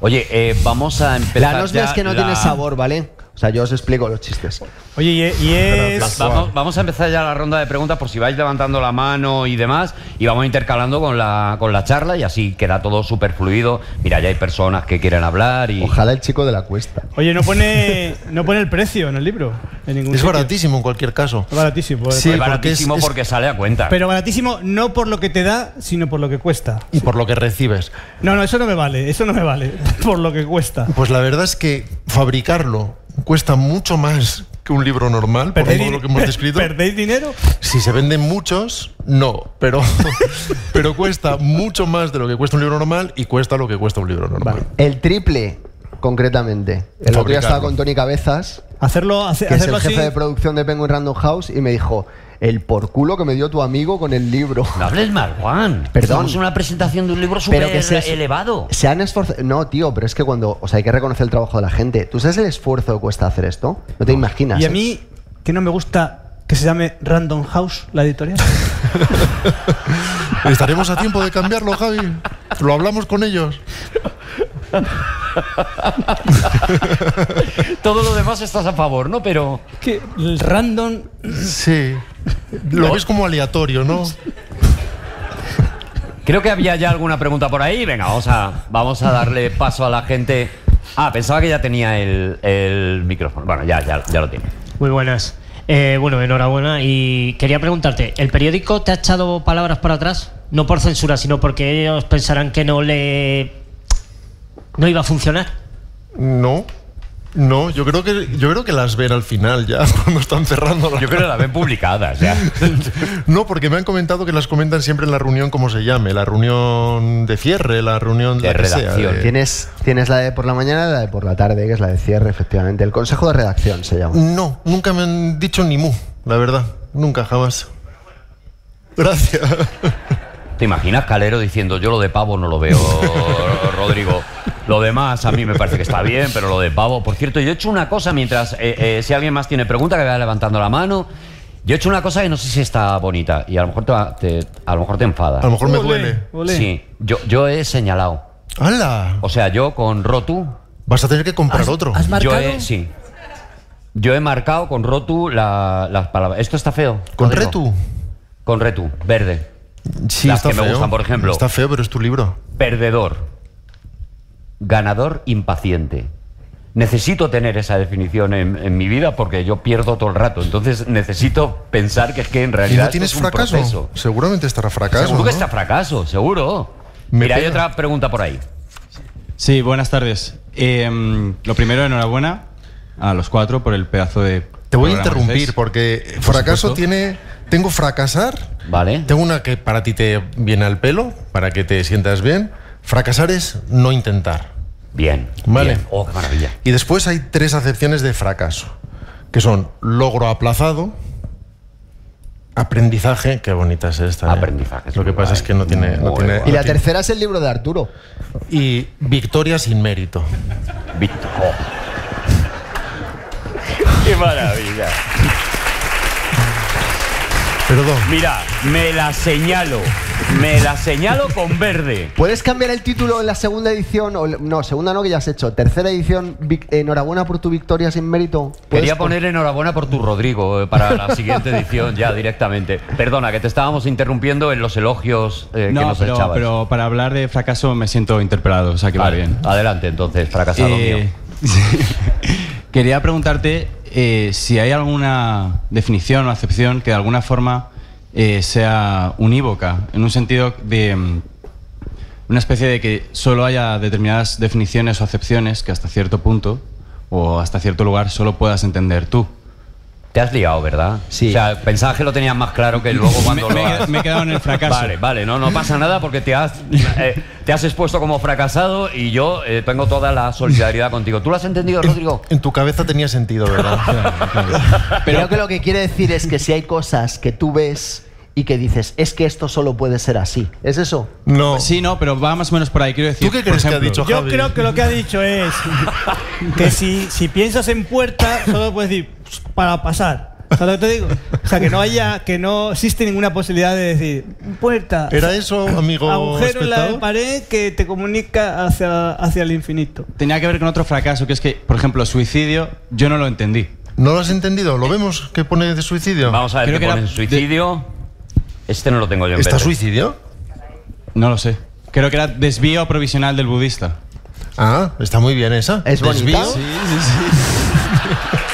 S1: Oye, eh, vamos a empezar.
S3: La anosmia
S1: ya
S3: es que no
S1: la-
S3: tiene sabor, ¿vale? O O sea, yo os explico los chistes.
S2: Oye, y, e- y
S1: Va-
S2: es.
S1: Vamos, vamos a empezar ya la ronda de preguntas por si vais levantando la mano y demás y vamos intercalando con la, con la charla y así queda todo súper fluido. Mira, ya hay personas que quieren hablar y...
S3: Ojalá el chico de la cuesta.
S2: Oye, no pone, no pone el precio en el libro. En ningún
S4: Es
S2: sitio.
S4: baratísimo en cualquier caso.
S2: Es baratísimo. pues.
S4: Sí.
S1: es
S4: porque
S1: baratísimo
S4: es-
S1: porque,
S4: es-
S1: sale a cuenta.
S2: Pero baratísimo no por lo que te da, sino por lo que cuesta.
S4: Y por lo que recibes.
S2: No, no, eso no me vale. Eso no me vale. Por lo que cuesta.
S4: Pues la verdad es que fabricarlo cuesta mucho más que un libro normal, por todo
S2: din-
S4: lo que hemos descrito.
S2: ¿Perdéis dinero?
S4: Si se venden muchos, no, pero, pero cuesta mucho más de lo que cuesta un libro normal y cuesta lo que cuesta un libro normal.
S3: Vale. El triple, concretamente. El otro día
S4: Fabricarlo.
S3: estaba con Tony Cabezas,
S2: Hacerlo, hace-
S3: que es
S2: hacerlo
S3: el
S2: así.
S3: jefe de producción de Penguin Random House, y me dijo, el por culo que me dio tu amigo con el libro.
S1: No hables mal, Juan.
S3: Perdón.
S1: Estamos en una presentación de un libro
S3: Pero
S1: súper
S3: que se-
S1: elevado.
S3: Se han esforzado. No, tío, pero es que cuando. O sea, hay que reconocer el trabajo de la gente. ¿Tú sabes el esfuerzo que cuesta hacer esto? No te imaginas.
S2: Y a
S3: ¿eh?
S2: mí, que no me gusta que se llame Random House la editorial.
S4: ¿Estaremos a tiempo de cambiarlo, Javi? Lo hablamos con ellos.
S1: Todo lo demás estás a favor, ¿no? Pero...
S2: que el random.
S4: Sí. Lo ves como aleatorio, ¿no?
S1: Creo que había ya alguna pregunta por ahí. Venga, vamos a, vamos a darle paso a la gente. Ah, pensaba que ya tenía el, el micrófono. Bueno, ya, ya, ya lo tiene.
S5: Muy buenas. Eh, bueno, enhorabuena. Y quería preguntarte, ¿el periódico te ha echado palabras para atrás? No por censura, sino porque ellos pensarán que no le... no iba a funcionar.
S4: No. No, yo creo que yo creo que las ven al final ya cuando están cerrando la
S1: Yo creo que la ven publicadas ya.
S4: No, porque me han comentado que las comentan siempre en la reunión como se llame, la reunión de cierre, la reunión
S1: De
S4: la que sea, eh,
S1: redacción.
S4: de-
S3: Tienes, tienes la de por la mañana y la de por la tarde, que es la de cierre, efectivamente. El consejo de redacción se llama.
S4: No, nunca me han dicho ni mu, la verdad, nunca jamás. Gracias.
S1: ¿Te imaginas Calero diciendo yo lo de pavo no lo veo, Rodrigo? Lo demás a mí me parece que está bien, pero lo de pavo. Por cierto, yo he hecho una cosa mientras, eh, eh, si alguien más tiene pregunta, que vaya levantando la mano. Yo he hecho una cosa que no sé si está bonita y a lo mejor te, va- te- a lo mejor te enfada.
S4: A lo mejor me
S2: Ole,
S4: duele.
S2: ole.
S1: Sí, yo, yo he señalado.
S4: ¡Hala!
S1: O sea, yo con Rotu,
S4: Vas a tener que comprar otro.
S2: has- marcado?
S1: Yo he, sí. Yo he marcado con Rotu la- las palabras. Esto está feo.
S4: ¿Con
S1: Rodrigo.
S4: Retu?
S1: Con Retu, verde.
S4: Sí,
S1: Las
S4: está
S1: que me
S4: feo.
S1: gustan, por ejemplo.
S4: Está feo, pero es tu libro.
S1: Perdedor. Ganador impaciente. Necesito tener esa definición en, en mi vida porque yo pierdo todo el rato. Entonces necesito pensar que es que en
S4: ¿Y
S1: realidad
S4: no
S1: esto
S4: tienes
S1: es un
S4: fracaso?
S1: proceso.
S4: Seguramente estará fracaso.
S1: seguro que
S4: ¿no?
S1: está fracaso, seguro.
S4: Me
S1: Mira, hay
S4: pega.
S1: otra pregunta por ahí.
S6: Sí, buenas tardes. Eh, mm, lo primero, enhorabuena a los cuatro por el pedazo de.
S4: Te voy a
S6: programa que
S4: interrumpir
S6: hacéis.
S4: porque eh,
S6: Por
S4: fracaso
S6: supuesto.
S4: tiene. Tengo fracasar.
S1: ¿Vale?
S4: Tengo una que para ti te viene al pelo, para que te sientas bien. Fracasar es no intentar.
S1: Bien.
S4: Vale.
S1: bien. Oh, qué maravilla.
S4: Y después hay tres acepciones de fracaso, que son logro aplazado, aprendizaje, qué bonita es esta. ¿eh?
S1: Aprendizaje, es
S4: Lo que
S1: muy
S4: pasa
S1: guay.
S4: es que no tiene... no
S1: Muy
S4: tiene-
S1: guay.
S3: Y
S4: no
S3: la
S4: tiene-
S3: tercera es el libro de Arturo.
S4: y victoria sin mérito.
S1: Víctor. oh. Qué maravilla.
S4: Perdón.
S1: Mira, me la señalo. Me la señalo con verde.
S3: ¿Puedes cambiar el título en la segunda edición? O, le- no, segunda no, que ya has hecho. Tercera edición, vic- enhorabuena por tu victoria sin mérito.
S6: Pues
S3: ¿Puedes
S1: Quería poner enhorabuena por tu Rodrigo eh, para la siguiente edición ya directamente. Perdona, que te estábamos interrumpiendo en los elogios eh, que
S6: No,
S1: nos
S6: pero,
S1: echabas.
S6: pero para hablar de fracaso me siento interpelado, o sea que
S1: Vale,
S6: va bien.
S1: Adelante entonces, fracasado
S6: Eh,
S1: mío.
S6: Quería preguntarte eh, si hay alguna definición o acepción que de alguna forma eh, sea unívoca, en un sentido de mm, una especie de que solo haya determinadas definiciones o acepciones que hasta cierto punto o hasta cierto lugar solo puedas entender tú.
S1: Te has liado, ¿verdad?
S3: Sí.
S1: O sea, pensabas que lo tenías más claro que luego cuando lo
S6: me, me he qued-
S1: has-
S6: me he quedado en el fracaso.
S1: Vale, vale, no, no pasa nada porque te has, eh, te has expuesto como fracasado y yo eh, tengo toda la solidaridad contigo. ¿Tú lo has entendido, Rodrigo?
S4: En tu cabeza tenía sentido, ¿verdad?
S3: Creo que lo que quiere decir es que si hay cosas que tú ves y que dices, es que esto solo puede ser así. ¿Es eso?
S4: No.
S6: Sí, no, pero va más o menos por ahí. Quiero decir,
S4: ¿Tú qué
S6: por
S4: crees que ha
S6: ejemplo,
S4: dicho
S2: Yo
S4: Javi?
S2: creo que lo que ha dicho es que si, si piensas en puerta, solo puedes decir para pasar. ¿Sabes lo que te digo? O sea, que no haya, que no existe ninguna posibilidad de decir puerta,
S4: ¿Era eso, amigo
S2: agujero en la
S4: espectador?
S2: pared que te comunica hacia, hacia el infinito.
S6: Tenía que ver con otro fracaso, que es que, por ejemplo, suicidio, yo no lo entendí.
S4: ¿No lo has entendido? ¿Lo vemos que pone de suicidio?
S1: Vamos a ver
S6: Creo
S1: qué
S6: que
S1: pone.
S6: era-
S1: Suicidio. Este no lo tengo yo en
S4: ¿Está
S1: verde.
S4: suicidio?
S6: No lo sé. Creo que era desvío provisional del budista.
S4: Ah, está muy bien esa.
S3: ¿Es bonita?
S4: Desvío.
S6: sí, sí.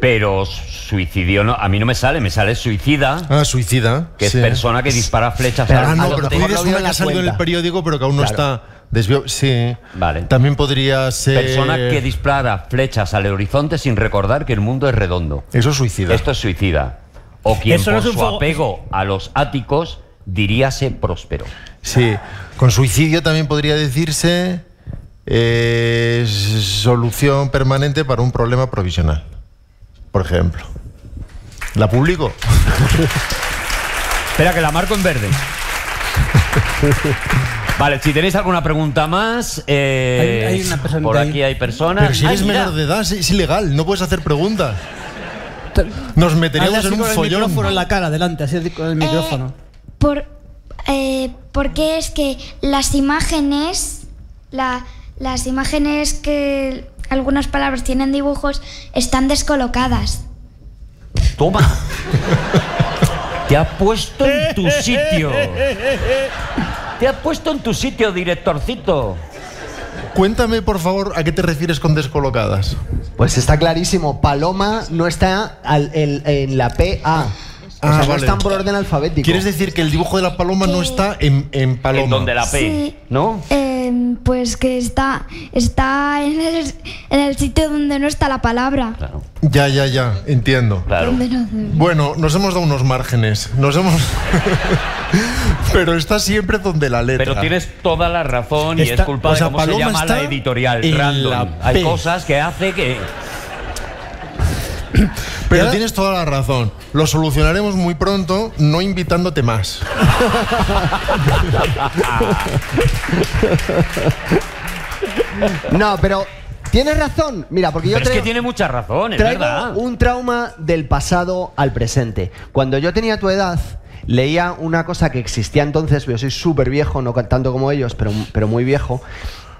S1: Pero suicidio no, a mí no me sale, me sale suicida,
S4: Ah, suicida.
S1: que
S4: sí.
S1: es persona que dispara flechas
S3: Pero
S1: al-
S4: Ah,
S3: A
S4: no,
S3: lo
S4: pero tú
S3: mejor
S4: dirías
S3: lo vio
S4: una
S3: en
S4: que
S3: la
S4: ha salido en el
S3: cuenta.
S4: periódico, pero que aún no está desviado. Sí.
S1: Vale.
S4: También podría ser.
S1: persona que dispara flechas al horizonte sin recordar que el mundo es redondo.
S4: Eso es suicida.
S1: Esto es suicida. O quien
S2: Eso no
S1: por
S2: es un
S1: su
S2: fuego-
S1: apego a los áticos diríase próspero.
S4: Sí. Con suicidio también podría decirse. eh, solución permanente para un problema provisional. Por ejemplo. ¿La publico?
S1: Espera, que la marco en verde. Vale, si tenéis alguna pregunta más, eh,
S2: Hay- hay una persona
S1: por
S2: ahí.
S1: aquí hay personas.
S4: Pero si
S1: Ah,
S4: eres
S1: mira.
S4: menor de edad, es, es ilegal, no puedes hacer preguntas. Nos meteríamos
S2: Hazle
S4: en
S2: así
S4: un
S2: con el
S4: follón.
S2: micrófono en la cara, adelante, así con el micrófono.
S7: Eh, por, eh, porque es que las imágenes, la- las imágenes que algunas palabras tienen dibujos, están descolocadas.
S1: Toma. Te has puesto en tu sitio. Te has puesto en tu sitio, directorcito.
S4: Cuéntame, por favor, a qué te refieres con descolocadas.
S3: Pues está clarísimo, Paloma no está al- el- en la PA. o
S4: Ah,
S3: sea, no
S4: vale.
S3: están por orden alfabético.
S4: ¿Quieres decir que el dibujo de la paloma no
S7: Que-
S4: está en, en paloma?
S1: En donde la P,
S7: Sí.
S1: ¿no?
S7: Eh, pues que está, está en, el, en el sitio donde no está la palabra.
S1: Claro,
S4: Ya, ya, ya, entiendo.
S1: claro.
S7: Donde no-
S4: Bueno, nos hemos dado unos márgenes. Nos hemos. Pero está siempre donde la letra.
S1: Pero tienes toda la razón y es
S4: Está-
S1: culpa
S4: o
S1: de
S4: sea,
S1: cómo se
S4: Paloma
S1: llama
S4: está
S1: la editorial.
S4: en
S1: Random.
S4: la P.
S1: Hay cosas que hace que.
S4: Pero tienes toda la razón. Lo solucionaremos muy pronto, no invitándote más.
S3: No, pero tienes razón. Mira, porque yo
S1: Pero es
S3: creo-
S1: que tiene mucha razón, es
S3: Traigo
S1: verdad.
S3: un trauma del pasado al presente. Cuando yo tenía tu edad, leía una cosa que existía entonces, yo soy súper viejo, no tanto como ellos, pero, pero muy viejo,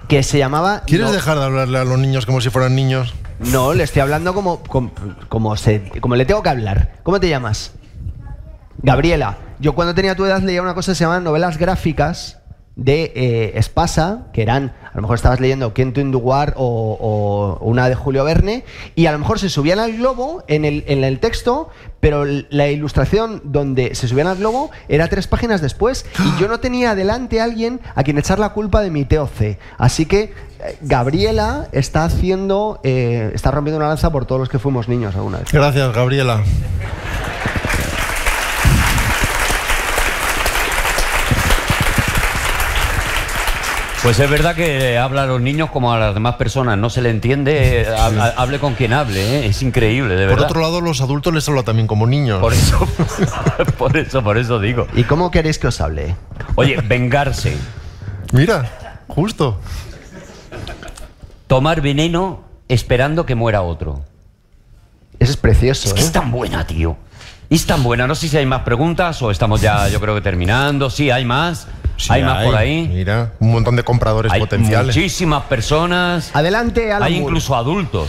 S3: que se llamaba...
S4: ¿Quieres
S3: no,
S4: dejar de hablarle a los niños como si fueran niños?
S3: No, le estoy hablando como, como, como se, como le tengo que hablar. ¿Cómo te llamas? Gabriela. Yo cuando tenía tu edad leía una cosa que se llamaban novelas gráficas de eh, Espasa, que eran, a lo mejor estabas leyendo Quinto Induguar o, o una de Julio Verne, y a lo mejor se subían al globo en el, en el texto, pero l- la ilustración donde se subían al globo era tres páginas después, y yo no tenía delante a alguien a quien echar la culpa de mi TOC. Así que eh, Gabriela está haciendo, eh, está rompiendo una lanza por todos los que fuimos niños alguna vez.
S4: Gracias, Gabriela.
S1: Pues es verdad que habla a los niños como a las demás personas, no se le entiende, eh, ha- ha- hable con quien hable, ¿eh? es increíble, de
S4: Por
S1: verdad.
S4: otro lado, los adultos les hablan también como niños.
S1: Por eso, por eso, por eso digo.
S3: ¿Y cómo queréis que os hable?
S1: Oye, vengarse,
S4: Mira, justo.
S1: tomar veneno esperando que muera otro.
S3: Eso es precioso,
S1: Es que
S3: ¿eh?
S1: es tan buena, tío. Es tan buena. No sé si hay más preguntas o estamos ya, yo creo que terminando. Sí, hay más.
S4: Sí,
S1: hay más por ahí.
S4: Mira, un montón de compradores
S1: Hay
S4: potenciales.
S1: muchísimas personas.
S3: Adelante, Alan
S1: Hay
S3: Moore.
S1: incluso adultos.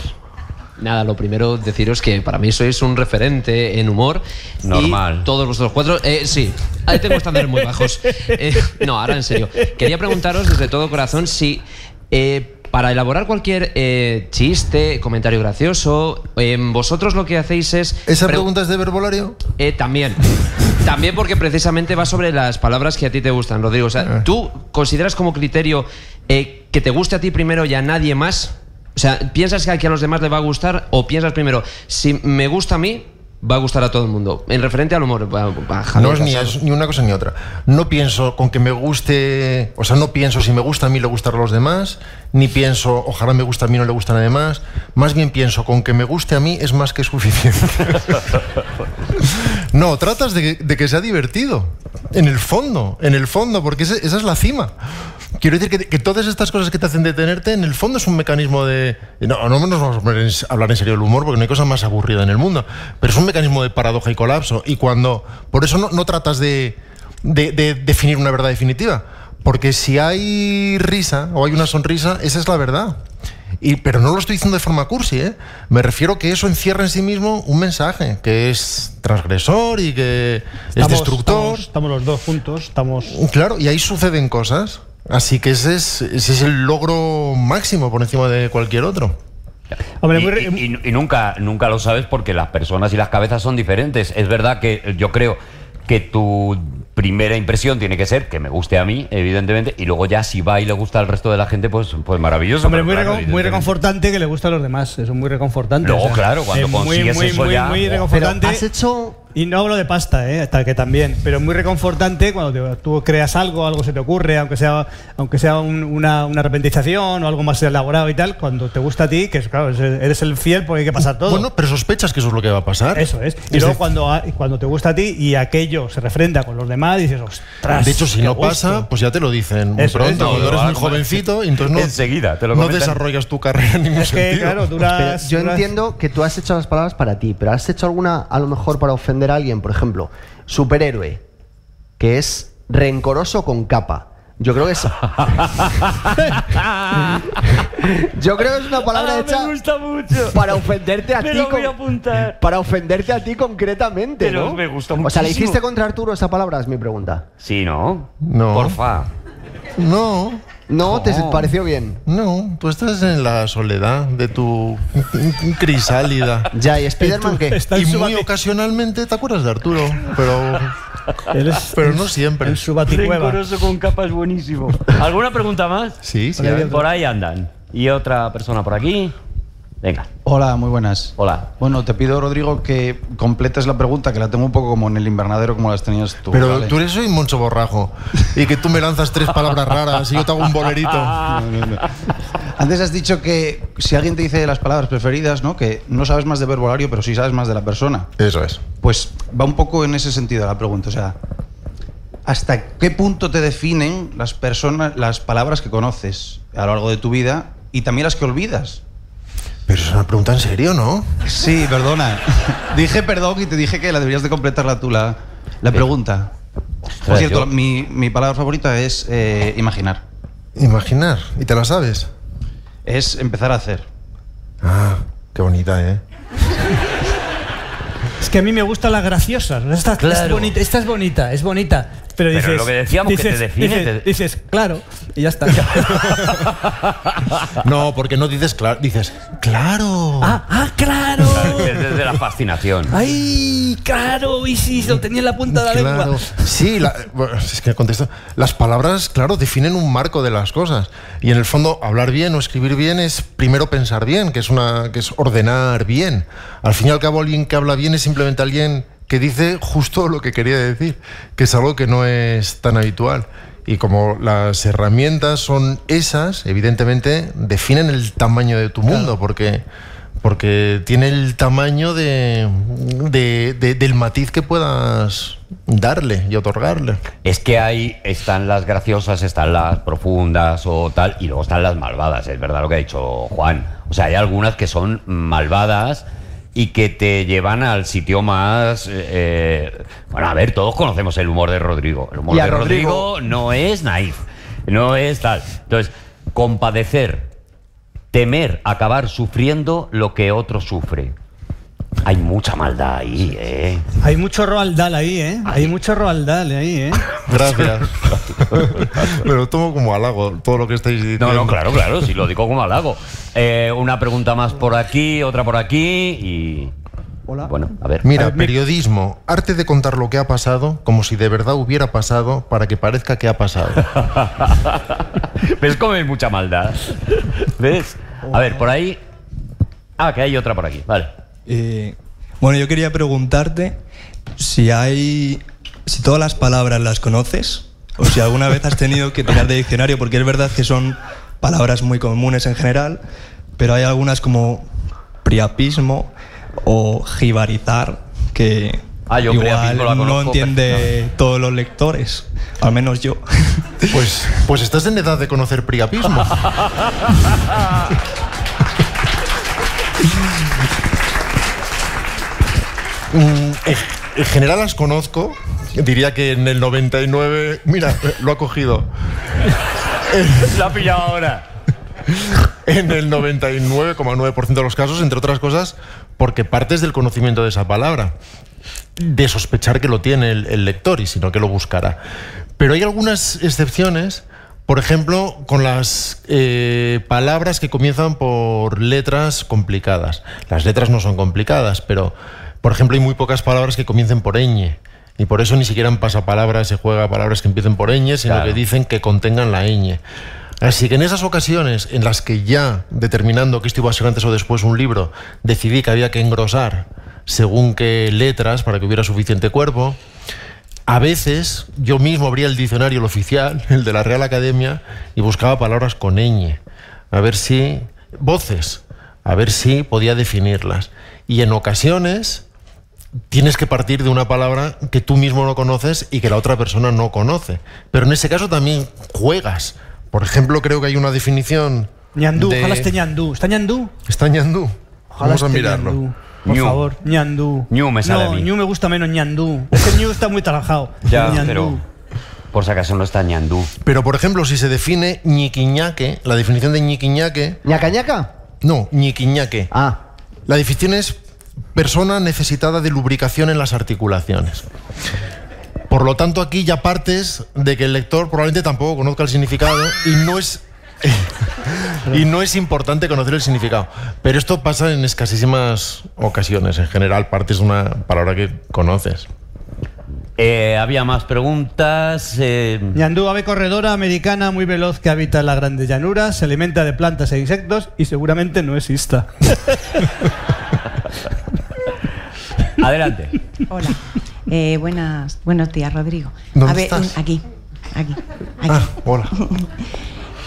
S8: Nada, lo primero deciros que para mí sois un referente en humor. y
S1: Normal.
S8: todos vosotros cuatro, eh, sí, ahí tengo estándares muy bajos. Eh, no, ahora en serio. Quería preguntaros desde todo corazón si eh, para elaborar cualquier eh, chiste, comentario gracioso, em, vosotros lo que hacéis es...
S4: ¿Esa
S8: pregu-
S4: pregunta es de verbolario?
S8: eh, también. También porque precisamente va sobre las palabras que a ti te gustan, Rodrigo. O sea, ¿tú consideras como criterio eh, que te guste a ti primero y a nadie más? O sea, ¿piensas que a- que a los demás le va a gustar o piensas primero, si me gusta a mí, va a gustar a todo el mundo? En referente al humor, va- va- Javier
S4: No es ni,
S8: Casado.
S4: es ni una cosa ni otra. No pienso con que me guste, o sea, no pienso si me gusta a mí le gustará a los demás, ni pienso ojalá me gusta a mí no le gusta a nadie más. Más bien pienso con que me guste a mí es más que suficiente. no, tratas de, que- de que sea divertido. En el fondo, en el fondo, porque ese- esa es la cima. Quiero decir que, que todas estas cosas que te hacen detenerte, en el fondo es un mecanismo de. No, no nos vamos a poner en- a hablar en serio del humor porque no hay cosa más aburrida en el mundo, pero es un mecanismo de paradoja y colapso. Y cuando. Por eso no, no tratas de, de- de definir una verdad definitiva. Porque si hay risa o hay una sonrisa, esa es la verdad. Y, pero no lo estoy diciendo de forma cursi, ¿eh? me refiero que eso encierra en sí mismo un mensaje que es transgresor y que es
S2: Estamos-
S4: destructor.
S2: Estamos, estamos los dos juntos, estamos.
S4: Claro, y ahí suceden cosas. Así que ese es, ese es el logro máximo por encima de cualquier otro.
S2: Hombre,
S1: Y,
S2: muy re-
S1: y- y- y nunca, nunca lo sabes porque las personas y las cabezas son diferentes. Es verdad que eh, yo creo que tu primera impresión tiene que ser que me guste a mí, evidentemente, y luego ya si va y le gusta al resto de la gente, pues, pues maravilloso.
S2: Hombre,
S1: pero
S2: muy,
S1: claro,
S2: recon- muy
S1: evidentemente.
S2: reconfortante que le gusta a los demás. Eso es muy reconfortante.
S1: Luego, claro, cuando
S2: es muy,
S1: consigues
S2: muy,
S1: eso
S2: muy,
S1: ya,
S2: muy
S1: oh,
S3: Pero
S2: reconfortante.
S3: has hecho
S2: Y no hablo de pasta, ¿eh? Hasta que también. Pero muy reconfortante cuando te- tú creas algo, algo se te ocurre, aunque sea, aunque sea un- una, una repentización o algo más elaborado y tal, cuando te gusta a ti, que es, claro, es- eres el fiel porque hay que pasar todo.
S4: Bueno, pero sospechas que eso es lo que va a pasar.
S2: eso es. Y
S4: Es
S2: luego
S4: decir,
S2: cuando, a- cuando te gusta a ti y aquello se refrenda con los demás, dices, ostras.
S4: de hecho, si
S2: qué
S4: no
S2: gusto".
S4: pasa, pues ya te lo dicen muy
S2: Eso es,
S4: pronto.
S2: no,
S4: cuando
S1: lo
S4: eres
S1: van a
S4: muy
S1: comer.
S4: jovencito y entonces no,
S1: Enseguida, te lo
S4: no
S1: comentan.
S4: desarrollas tu carrera en ningún
S2: Es que,
S4: sentido.
S2: claro,
S3: Pero
S2: duras.
S3: yo
S2: duras-
S3: entiendo que tú has hecho las palabras para ti, pero has hecho alguna a lo mejor para ofender a alguien, por ejemplo, superhéroe, que es rencoroso con capa. Yo creo que es. Yo creo que es una palabra
S1: Ah,
S3: hecha
S1: me gusta mucho.
S3: para ofenderte a
S1: Me
S3: ti.
S1: lo voy
S3: con-
S1: a apuntar.
S3: Para ofenderte a ti concretamente,
S1: Pero
S3: ¿no?
S1: me gusta
S3: O sea, ¿le
S1: muchísimo.
S3: hiciste contra Arturo esa palabra? Es mi pregunta.
S1: Sí, ¿no?
S4: No.
S1: Porfa.
S4: No,
S3: No, te
S1: No.
S3: pareció bien.
S4: no, tú estás en la soledad de tu crisálida.
S3: Ya, ¿y Spiderman qué?
S2: Está en
S4: Y
S2: su
S4: muy
S2: bati-
S4: ocasionalmente te acuerdas de Arturo, pero,
S2: eres-
S4: pero no siempre.
S2: En su baticueva.
S1: Rencoroso con capas buenísimo. ¿Alguna pregunta más?
S4: Sí, sí.
S2: Hola,
S4: hay-
S2: Dios.
S1: Por ahí andan. Y otra persona por aquí. Venga,
S6: Hola, muy buenas.
S1: hola.
S6: Bueno, te pido, Rodrigo, que completes la pregunta, que la tengo un poco como en el invernadero, como las tenías tú.
S4: Pero
S6: ¿vale?
S4: tú eres un moncho borrajo y que tú me lanzas tres palabras raras y yo te hago un bolerito.
S6: No, no, no. Antes has dicho que si alguien te dice las palabras preferidas, ¿no? Que no sabes más de verbolario, pero sí sabes más de la persona.
S4: Eso es.
S6: Pues va un poco en ese sentido la pregunta. O sea, ¿hasta qué punto te definen las personas, las palabras que conoces a lo largo de tu vida y también las que olvidas?
S4: Pero es una pregunta en serio, ¿no?
S6: Sí, perdona. dije perdón y te dije que la deberías de completarla tú la, la pregunta. Por
S1: Ostras,
S6: cierto,
S1: yo-
S6: mi, mi palabra favorita es eh, imaginar.
S4: Imaginar. ¿Y te la sabes?
S6: Es empezar a hacer.
S4: Ah, qué bonita, ¿eh?
S2: Es que a mí me gustan las graciosas. Esta, es,
S1: Claro.
S2: bonita, esta es bonita, es bonita. Pero, dices,
S1: lo que decíamos, que te define,
S2: Dices,
S1: te-
S2: dices, claro, y ya está.
S4: No, porque no dices claro. Dices, claro.
S2: ah, ah, claro.
S1: Es desde la fascinación.
S2: Ay, claro, y sí, lo tenía en la punta de la
S4: Claro.
S2: lengua.
S4: Sí, la- bueno, es que contesto. Las palabras, claro, definen un marco de las cosas. Y en el fondo, hablar bien o escribir bien es primero pensar bien, que es, una, que es ordenar bien. Al fin y al cabo, alguien que habla bien es simplemente alguien que dice justo lo que quería decir, que es algo que no es tan habitual. Y como las herramientas son esas, evidentemente definen el tamaño de tu mundo, porque, porque tiene el tamaño de, de- de- del matiz que puedas darle y otorgarle.
S1: Es que ahí están las graciosas, están las profundas o tal, y luego están las malvadas, es verdad lo que ha dicho Juan. O sea, hay algunas que son malvadas y que te llevan al sitio más... eh, eh, bueno, a ver, todos conocemos el humor de Rodrigo. El humor
S3: Y a
S1: de Rodrigo,
S3: Rodrigo-
S1: no es naif, no es tal. Entonces, compadecer, temer acabar sufriendo lo que otro sufre. Hay mucha maldad ahí, ¿eh?
S2: Hay mucho Roald Dahl ahí, ¿eh? Hay mucho Roald Dahl ahí, ¿eh?
S4: Gracias. Me lo tomo como halago todo lo que estáis diciendo.
S1: No, no, claro, claro, si lo digo como halago. Eh, una pregunta más por aquí, otra por aquí y...
S3: Hola.
S1: Bueno, a ver.
S4: Mira, periodismo, arte de contar lo que ha pasado como si de verdad hubiera pasado para que parezca que ha pasado.
S1: ¿Ves cómo hay mucha maldad? ¿Ves? A ver, por ahí... Ah, que hay otra por aquí, vale.
S9: Eh, bueno, yo quería preguntarte si hay. si todas las palabras las conoces o si alguna vez has tenido que tirar de diccionario, porque es verdad que son palabras muy comunes en general, pero hay algunas como priapismo o jibarizar que
S1: Ah, yo Clea
S9: Igual
S1: Pinto la
S9: no
S1: conozco,
S9: entiende todos los lectores, al menos yo.
S4: Pues, pues estás en edad de conocer priapismo. Mm, en- en general las conozco. Diría que en el 99... Mira, lo ha cogido.
S1: La ha pillado ahora.
S4: En el 99,9% de los casos, entre otras cosas, porque partes del conocimiento de esa palabra. De sospechar que lo tiene el, el lector y sino que lo buscará. Pero hay algunas excepciones, por ejemplo, con las eh, palabras que comienzan por letras complicadas. Las letras no son complicadas, pero, por ejemplo, hay muy pocas palabras que comiencen por ñ. Y por eso ni siquiera en pasapalabras se juega palabras que empiecen por ñ, sino
S1: Claro.
S4: que dicen que contengan la ñ. Así que en esas ocasiones en las que ya, determinando que esto iba a ser antes o después un libro, decidí que había que engrosar según qué letras para que hubiera suficiente cuerpo, a veces yo mismo abría el diccionario, el oficial, el de la Real Academia, y buscaba palabras con ñ, a ver si... voces, a ver si podía definirlas. Y en ocasiones tienes que partir de una palabra que tú mismo no conoces y que la otra persona no conoce. Pero en ese caso también juegas. Por ejemplo, creo que hay una definición.
S2: Ñandú,
S4: de-
S2: ojalá esté Ñandú. ¿Está Ñandú?
S4: ¿Está ñandú?
S2: Ojalá
S4: Vamos a
S2: esté
S4: mirarlo.
S2: Ñandú. Por
S1: Ñu.
S2: favor, Ñandú.
S1: Ñu me sale
S2: no,
S1: a mí.
S2: Ñu me gusta menos Ñandú. Es que Ñu está muy trabajado.
S1: Ya,
S2: Ñandú.
S1: pero por si acaso no está ñandú.
S4: Pero por ejemplo, si se define ñiquiñaque, la definición de ñiquiñaque.
S3: ¿Ñaca ñaca?
S4: No, ñiquiñaque.
S3: Ah,
S4: La definición es persona necesitada de lubricación en las articulaciones. Por lo tanto, aquí ya partes de que el lector probablemente tampoco conozca el significado y no es y no es importante conocer el significado. Pero esto pasa en escasísimas ocasiones. En general, partes de una palabra que conoces.
S1: Eh, había más preguntas. eh,
S2: Ñandú, ave corredora americana muy veloz que habita en las grandes llanuras, se alimenta de plantas e insectos y seguramente no exista.
S1: adelante.
S10: Hola. Eh, buenas, buenos días, Rodrigo.
S4: ¿Dónde
S10: a ver,
S4: estás?
S10: aquí, aquí, aquí.
S4: Ah, hola.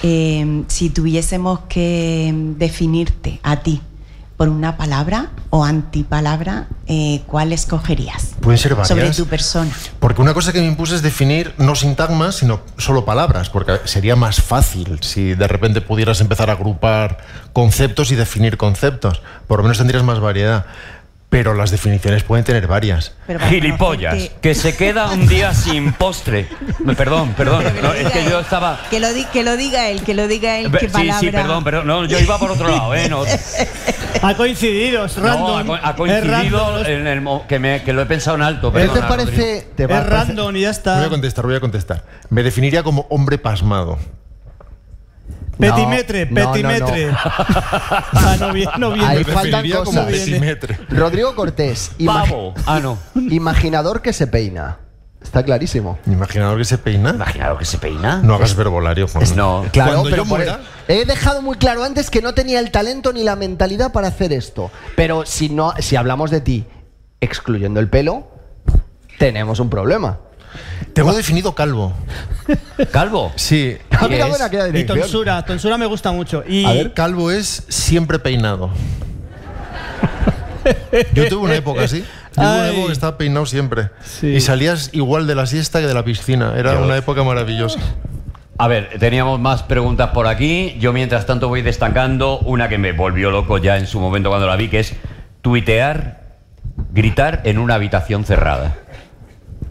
S10: Eh, si tuviésemos que definirte a ti por una palabra o antipalabra, eh, ¿cuál escogerías?
S4: Pueden ser varias.
S10: Sobre tu persona.
S4: Porque una cosa que me impuse es definir no sintagmas, sino solo palabras, porque sería más fácil si de repente pudieras empezar a agrupar conceptos y definir conceptos. Por lo menos tendrías más variedad. Pero las definiciones pueden tener varias.
S10: Pero para
S1: Gilipollas,
S10: conocerte-
S1: que se queda un día sin postre. Me- Perdón, perdón.
S10: Pero que lo
S1: no, es
S10: diga
S1: que
S10: él.
S1: yo estaba.
S10: Que lo, di- que lo diga él, que lo diga él,
S1: Ve-
S10: qué
S1: sí,
S10: palabra.
S1: sí, perdón, pero no, yo iba por otro lado, ¿eh? No,
S2: Ha coincidido, es
S1: no, ha
S2: random.
S1: co- ha,
S2: es
S1: coincidido
S2: random,
S1: en el mo- que, me- que lo he pensado en alto.
S3: ¿qué te
S1: perdona,
S3: parece?
S1: Rodrigo.
S3: Te va a
S2: es
S3: parecer-
S2: random y ya
S4: Voy
S2: está.
S4: a contestar, voy a contestar. Me definiría como hombre pasmado.
S2: Petimetre,
S3: No, no, no.
S2: petimetre. Ah, no, bien, no bien.
S3: Ahí
S4: Me
S3: faltan
S4: definiría como
S3: cosas.
S4: petimetre.
S3: Rodrigo Cortés, ima-
S1: Pavo. Ah, no.
S3: imaginador que se peina. Está clarísimo.
S4: Imaginador que se peina.
S1: Imagina lo que se peina.
S4: No hagas verbolario, Juan.
S1: Ah. No,
S3: Claro,
S4: Cuando
S3: pero
S4: yo
S3: por- e-,
S4: muera-
S3: he dejado muy claro antes que no tenía el talento ni la mentalidad para hacer esto. Pero si no, si hablamos de ti, excluyendo el pelo, tenemos un problema.
S4: Tengo definido calvo.
S1: Calvo.
S4: Sí.
S3: Ha
S1: ¿Qué
S3: mirado
S1: es?
S3: en aquella
S2: Y
S3: dirección.
S2: tonsura, tonsura me gusta mucho. Y
S4: A ver, calvo es siempre peinado. Yo tuve una época así. Yo tuve una
S2: Ay.
S4: época que estaba peinado siempre.
S2: Sí.
S4: Y salías igual de la siesta que de la piscina. Era una época maravillosa.
S1: A ver, teníamos más preguntas por aquí. Yo mientras tanto voy destacando una que me volvió loco ya en su momento cuando la vi, que es tuitear, gritar en una habitación cerrada.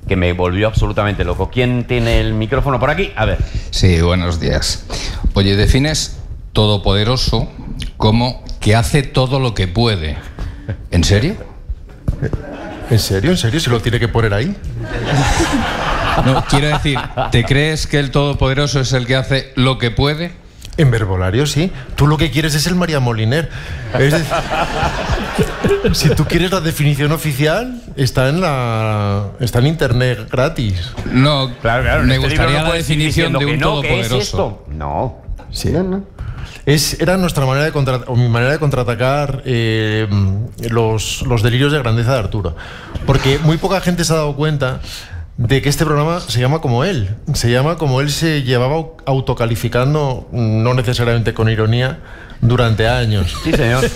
S1: Que me volvió absolutamente loco. ¿Quién tiene el micrófono por aquí? A ver.
S11: Sí, buenos días. Oye, defines todopoderoso como que hace todo lo que puede. ¿En serio?
S4: ¿En serio? ¿En serio? ¿Se lo tiene que poner ahí?
S11: No, quiero decir, ¿te crees que el todopoderoso es el que hace lo que puede?
S4: En verbolario, sí. Tú lo que quieres es el María Moliner. Es decir, si tú quieres la definición oficial, está en la está en internet gratis.
S11: No,
S1: en
S11: me
S1: este libro
S11: gustaría
S1: no
S11: la
S1: puedes ir
S11: definición
S1: diciendo
S11: de un
S1: que no, ¿qué es
S11: todopoderoso.
S1: esto? No.
S4: Sí.
S3: No, no.
S4: Es, era nuestra manera de contra- o mi manera de contraatacar eh, mm, los, los delirios de grandeza de Arturo. Porque muy poca gente se ha dado cuenta de que este programa se llama como él. Se llama como él se llevaba au- autocalificando, mm, no necesariamente con ironía, durante años.
S1: Sí, señor.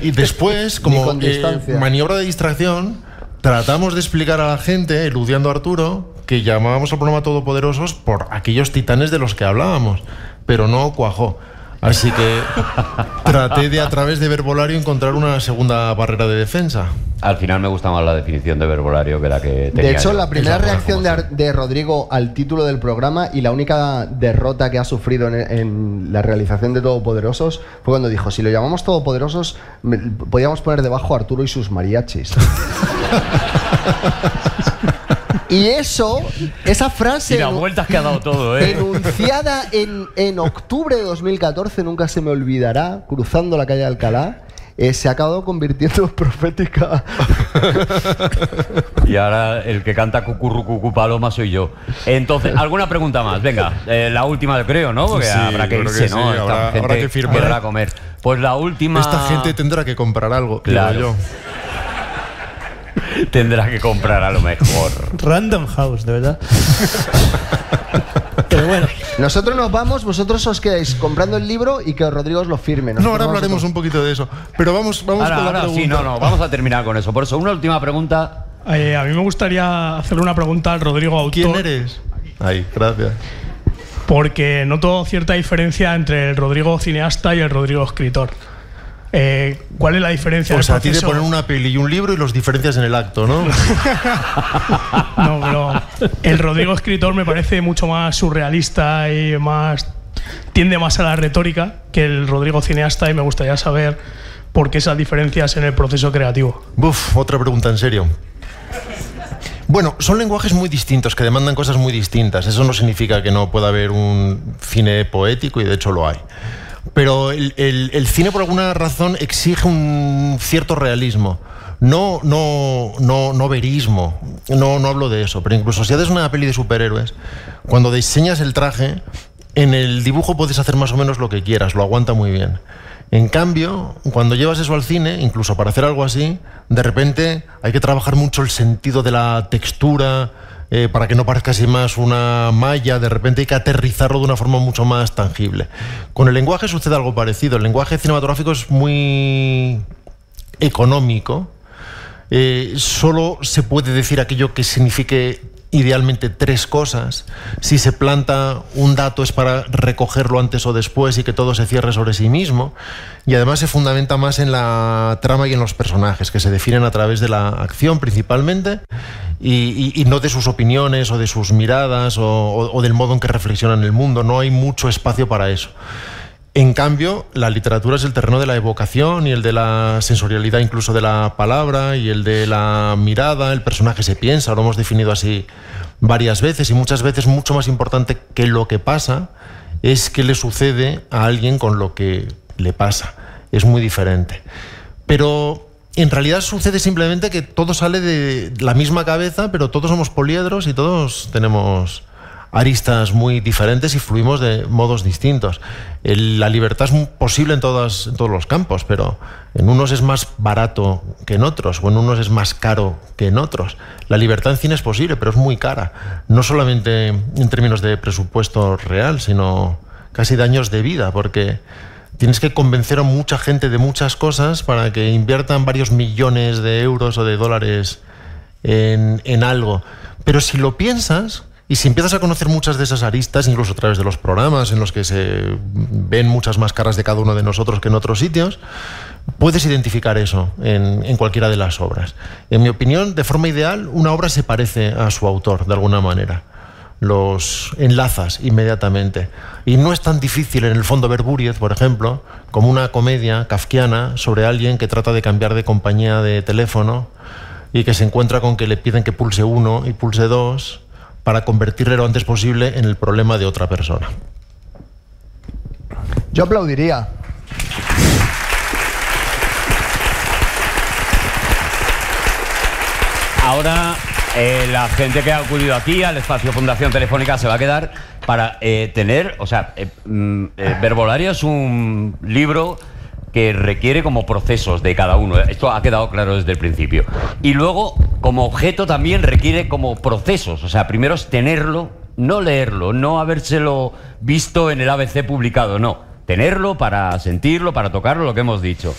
S4: Y después,
S3: Ni
S4: como
S3: con
S4: eh,
S3: distancia.
S4: maniobra de distracción, tratamos de explicar a la gente, eludiando a Arturo, que llamábamos al programa Todopoderosos por aquellos titanes de los que hablábamos, pero no cuajó. Así que traté de a través de verbolario encontrar una segunda barrera de defensa.
S1: Al final me gusta más la definición de verbolario que la que tenía.
S3: De
S1: yo.
S3: hecho, la primera reacción de, Ar- de Rodrigo al título del programa y la única derrota que ha sufrido en, en la realización de Todopoderosos fue cuando dijo, si lo llamamos Todopoderosos, me- podíamos poner debajo a Arturo y sus mariachis. y eso, esa frase...
S1: Y las
S3: enu-
S1: vueltas que ha dado todo, ¿eh?
S3: Enunciada en, en octubre de 2014, nunca se me olvidará, cruzando la calle de Alcalá, eh, se ha acabado convirtiendo en profética.
S1: Y ahora el que canta cucurru cucu paloma soy yo. Entonces, alguna pregunta más, venga. eh, la última creo, ¿no? Porque
S4: Sí,
S1: habrá que
S4: yo creo
S1: irse,
S4: que sí,
S1: ¿no? Esta
S4: habrá- habrá
S1: gente
S4: que firmar.
S1: querrá comer. Pues la última
S4: Esta gente tendrá que comprar algo, digo
S1: Claro.
S4: yo.
S1: tendrá que comprar a lo mejor.
S2: Random House, de verdad. Pero bueno,
S3: Nosotros nos vamos, vosotros os quedáis comprando el libro y que Rodrigo os lo firme.
S4: No, ahora hablaremos un poquito de eso. Pero vamos, vamos
S1: Ahora,
S4: con la
S1: ahora
S4: pregunta.
S1: sí, no, no, vamos a terminar con eso. Por eso, una última pregunta.
S12: Eh, a mí me gustaría hacerle una pregunta al Rodrigo Autor.
S4: ¿Quién eres? Ahí, gracias.
S12: Porque noto cierta diferencia entre el Rodrigo cineasta y el Rodrigo escritor. Eh, ¿Cuál es la diferencia?
S4: Pues
S12: del
S4: a ti de
S12: proceso?
S4: poner una peli y un libro y los diferencias en el acto, ¿no?
S12: No, pero el Rodrigo escritor me parece mucho más surrealista y más tiende más a la retórica que el Rodrigo cineasta y me gustaría saber por qué esas diferencias en el proceso creativo.
S4: Buf, otra pregunta en serio. Bueno, son lenguajes muy distintos que demandan cosas muy distintas. Eso no significa que no pueda haber un cine poético y de hecho lo hay. Pero el, el- el cine por alguna razón exige un cierto realismo. No, no, no, no verismo. No, no hablo de eso. Pero incluso si haces una peli de superhéroes, cuando diseñas el traje, en el dibujo puedes hacer más o menos lo que quieras, lo aguanta muy bien. En cambio, cuando llevas eso al cine, incluso para hacer algo así, de repente hay que trabajar mucho el sentido de la textura eh, para que no parezca así más una malla, de repente hay que aterrizarlo de una forma mucho más tangible. Con el lenguaje sucede algo parecido, el lenguaje cinematográfico es muy económico, eh, solo se puede decir aquello que signifique idealmente tres cosas. Si se planta un dato es para recogerlo antes o después y que todo se cierre sobre sí mismo. Y además se fundamenta más en la trama y en los personajes, que se definen a través de la acción principalmente y, y- y no de sus opiniones o de sus miradas o- o- o del modo en que reflexionan el mundo. No hay mucho espacio para eso. En cambio, la literatura es el terreno de la evocación y el de la sensorialidad incluso de la palabra y el de la mirada, el personaje se piensa, lo hemos definido así varias veces y muchas veces mucho más importante que lo que pasa es que le sucede a alguien con lo que le pasa. Es muy diferente. Pero en realidad sucede simplemente que todo sale de la misma cabeza, pero todos somos poliedros y todos tenemos aristas muy diferentes y fluimos de modos distintos. El- la libertad es mu- posible en, todas, en todos los campos, pero en unos es más barato que en otros, o en unos es más caro que en otros. La libertad en cine es posible, pero es muy cara, no solamente en términos de presupuesto real, sino casi de años de vida, porque tienes que convencer a mucha gente de muchas cosas para que inviertan varios millones de euros o de dólares en, en algo. Pero si lo piensas y si empiezas a conocer muchas de esas aristas, incluso a través de los programas en los que se ven muchas más caras de cada uno de nosotros que en otros sitios, puedes identificar eso en, en cualquiera de las obras. En mi opinión, de forma ideal, una obra se parece a su autor de alguna manera. Los enlazas inmediatamente. Y no es tan difícil en el fondo ver Buriez, por ejemplo, como una comedia kafkiana sobre alguien que trata de cambiar de compañía de teléfono y que se encuentra con que le piden que pulse uno y pulse dos para convertirle lo antes posible en el problema de otra persona.
S3: Yo aplaudiría.
S1: Ahora, eh, la gente que ha acudido aquí al espacio Fundación Telefónica se va a quedar para eh, tener, o sea, eh, mm, eh, Verbolario es un libro que requiere como procesos de cada uno. Esto ha quedado claro desde el principio. Y luego, como objeto también requiere como procesos. O sea, primero es tenerlo, no leerlo, no habérselo visto en el ABC publicado, no. Tenerlo para sentirlo, para tocarlo, lo que hemos dicho.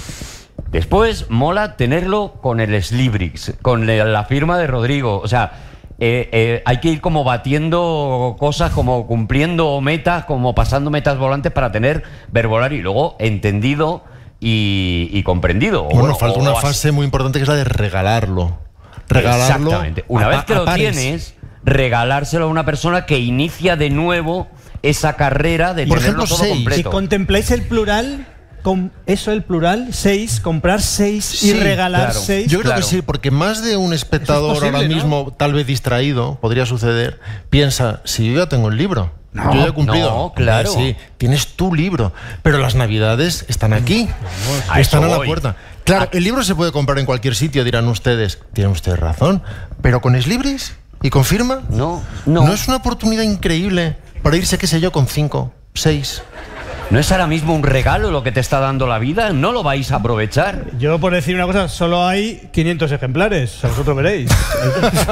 S1: Después mola tenerlo con el Slibrix, con le- la firma de Rodrigo. O sea, eh, eh, hay que ir como batiendo cosas, como cumpliendo metas, como pasando metas volantes para tener verbolario y luego entendido y, y comprendido. O
S4: Bueno,
S1: bueno,
S4: falta
S1: o
S4: una
S1: as-
S4: fase muy importante que es la de regalarlo. Regalarlo.
S1: Exactamente. Una
S4: a
S1: vez
S4: pa-
S1: que
S4: a
S1: lo
S4: pares.
S1: tienes, regalárselo a una persona que inicia de nuevo esa carrera de tenerlo todo
S2: si
S1: completo.
S2: contempláis el plural, con eso el plural, seis, comprar seis y
S4: Sí,
S2: regalar
S4: claro.
S2: seis.
S4: Yo creo que sí, porque más de un espectador
S2: posible,
S4: ahora
S2: ¿no?
S4: mismo, tal vez distraído, podría suceder, piensa, si yo ya tengo el libro, yo ya he cumplido.
S1: no, claro.
S4: Sí, tienes tu libro, pero las navidades están aquí,
S1: Mm, A
S4: están
S1: eso
S4: a la
S1: voy.
S4: puerta. Claro, el libro se puede comprar en cualquier sitio, dirán ustedes. Tienen ustedes razón, pero con Eslibris y con firma,
S1: no, no.
S4: es una oportunidad increíble para irse, qué sé yo, con cinco, seis.
S1: ¿No es ahora mismo un regalo lo que te está dando la vida? ¿No lo vais a aprovechar?
S2: Yo, por decir una cosa, solo hay 500 ejemplares, a vosotros veréis.
S3: Más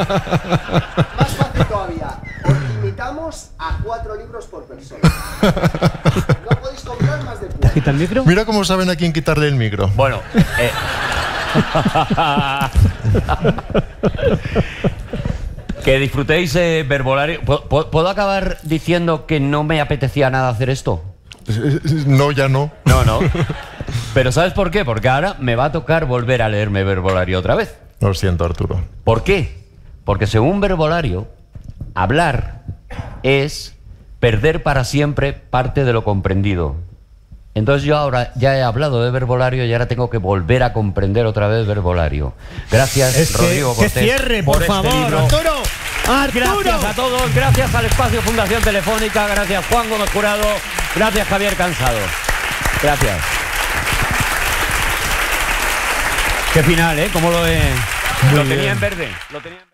S3: fácil todavía. Os limitamos a cuatro libros por persona. No podéis comprar más de cuatro.
S2: el micro?
S4: Mira cómo saben a quién quitarle el micro.
S1: Bueno, eh, que disfrutéis eh, verbolario. ¿Puedo- puedo- ¿Puedo acabar diciendo que no me apetecía nada hacer esto?
S4: No, ya no.
S1: No, no. Pero ¿sabes por qué? Porque ahora me va a tocar volver a leerme verbolario otra vez.
S4: Lo siento, Arturo.
S1: ¿Por qué? Porque según verbolario, hablar es perder para siempre parte de lo comprendido. Entonces yo ahora ya he hablado de verbolario y ahora tengo que volver a comprender otra vez verbolario. Gracias,
S2: Es que-
S1: Rodrigo
S2: que
S1: Cortés.
S2: cierre, por
S1: este
S2: favor,
S1: libro.
S2: Arturo.
S1: Gracias a todos, gracias al Espacio Fundación Telefónica, gracias Juan Gómez Curado, gracias Javier Cansado. Gracias. Qué final, ¿eh? ¿Cómo lo, he- lo tenía en verde? Lo tenía en-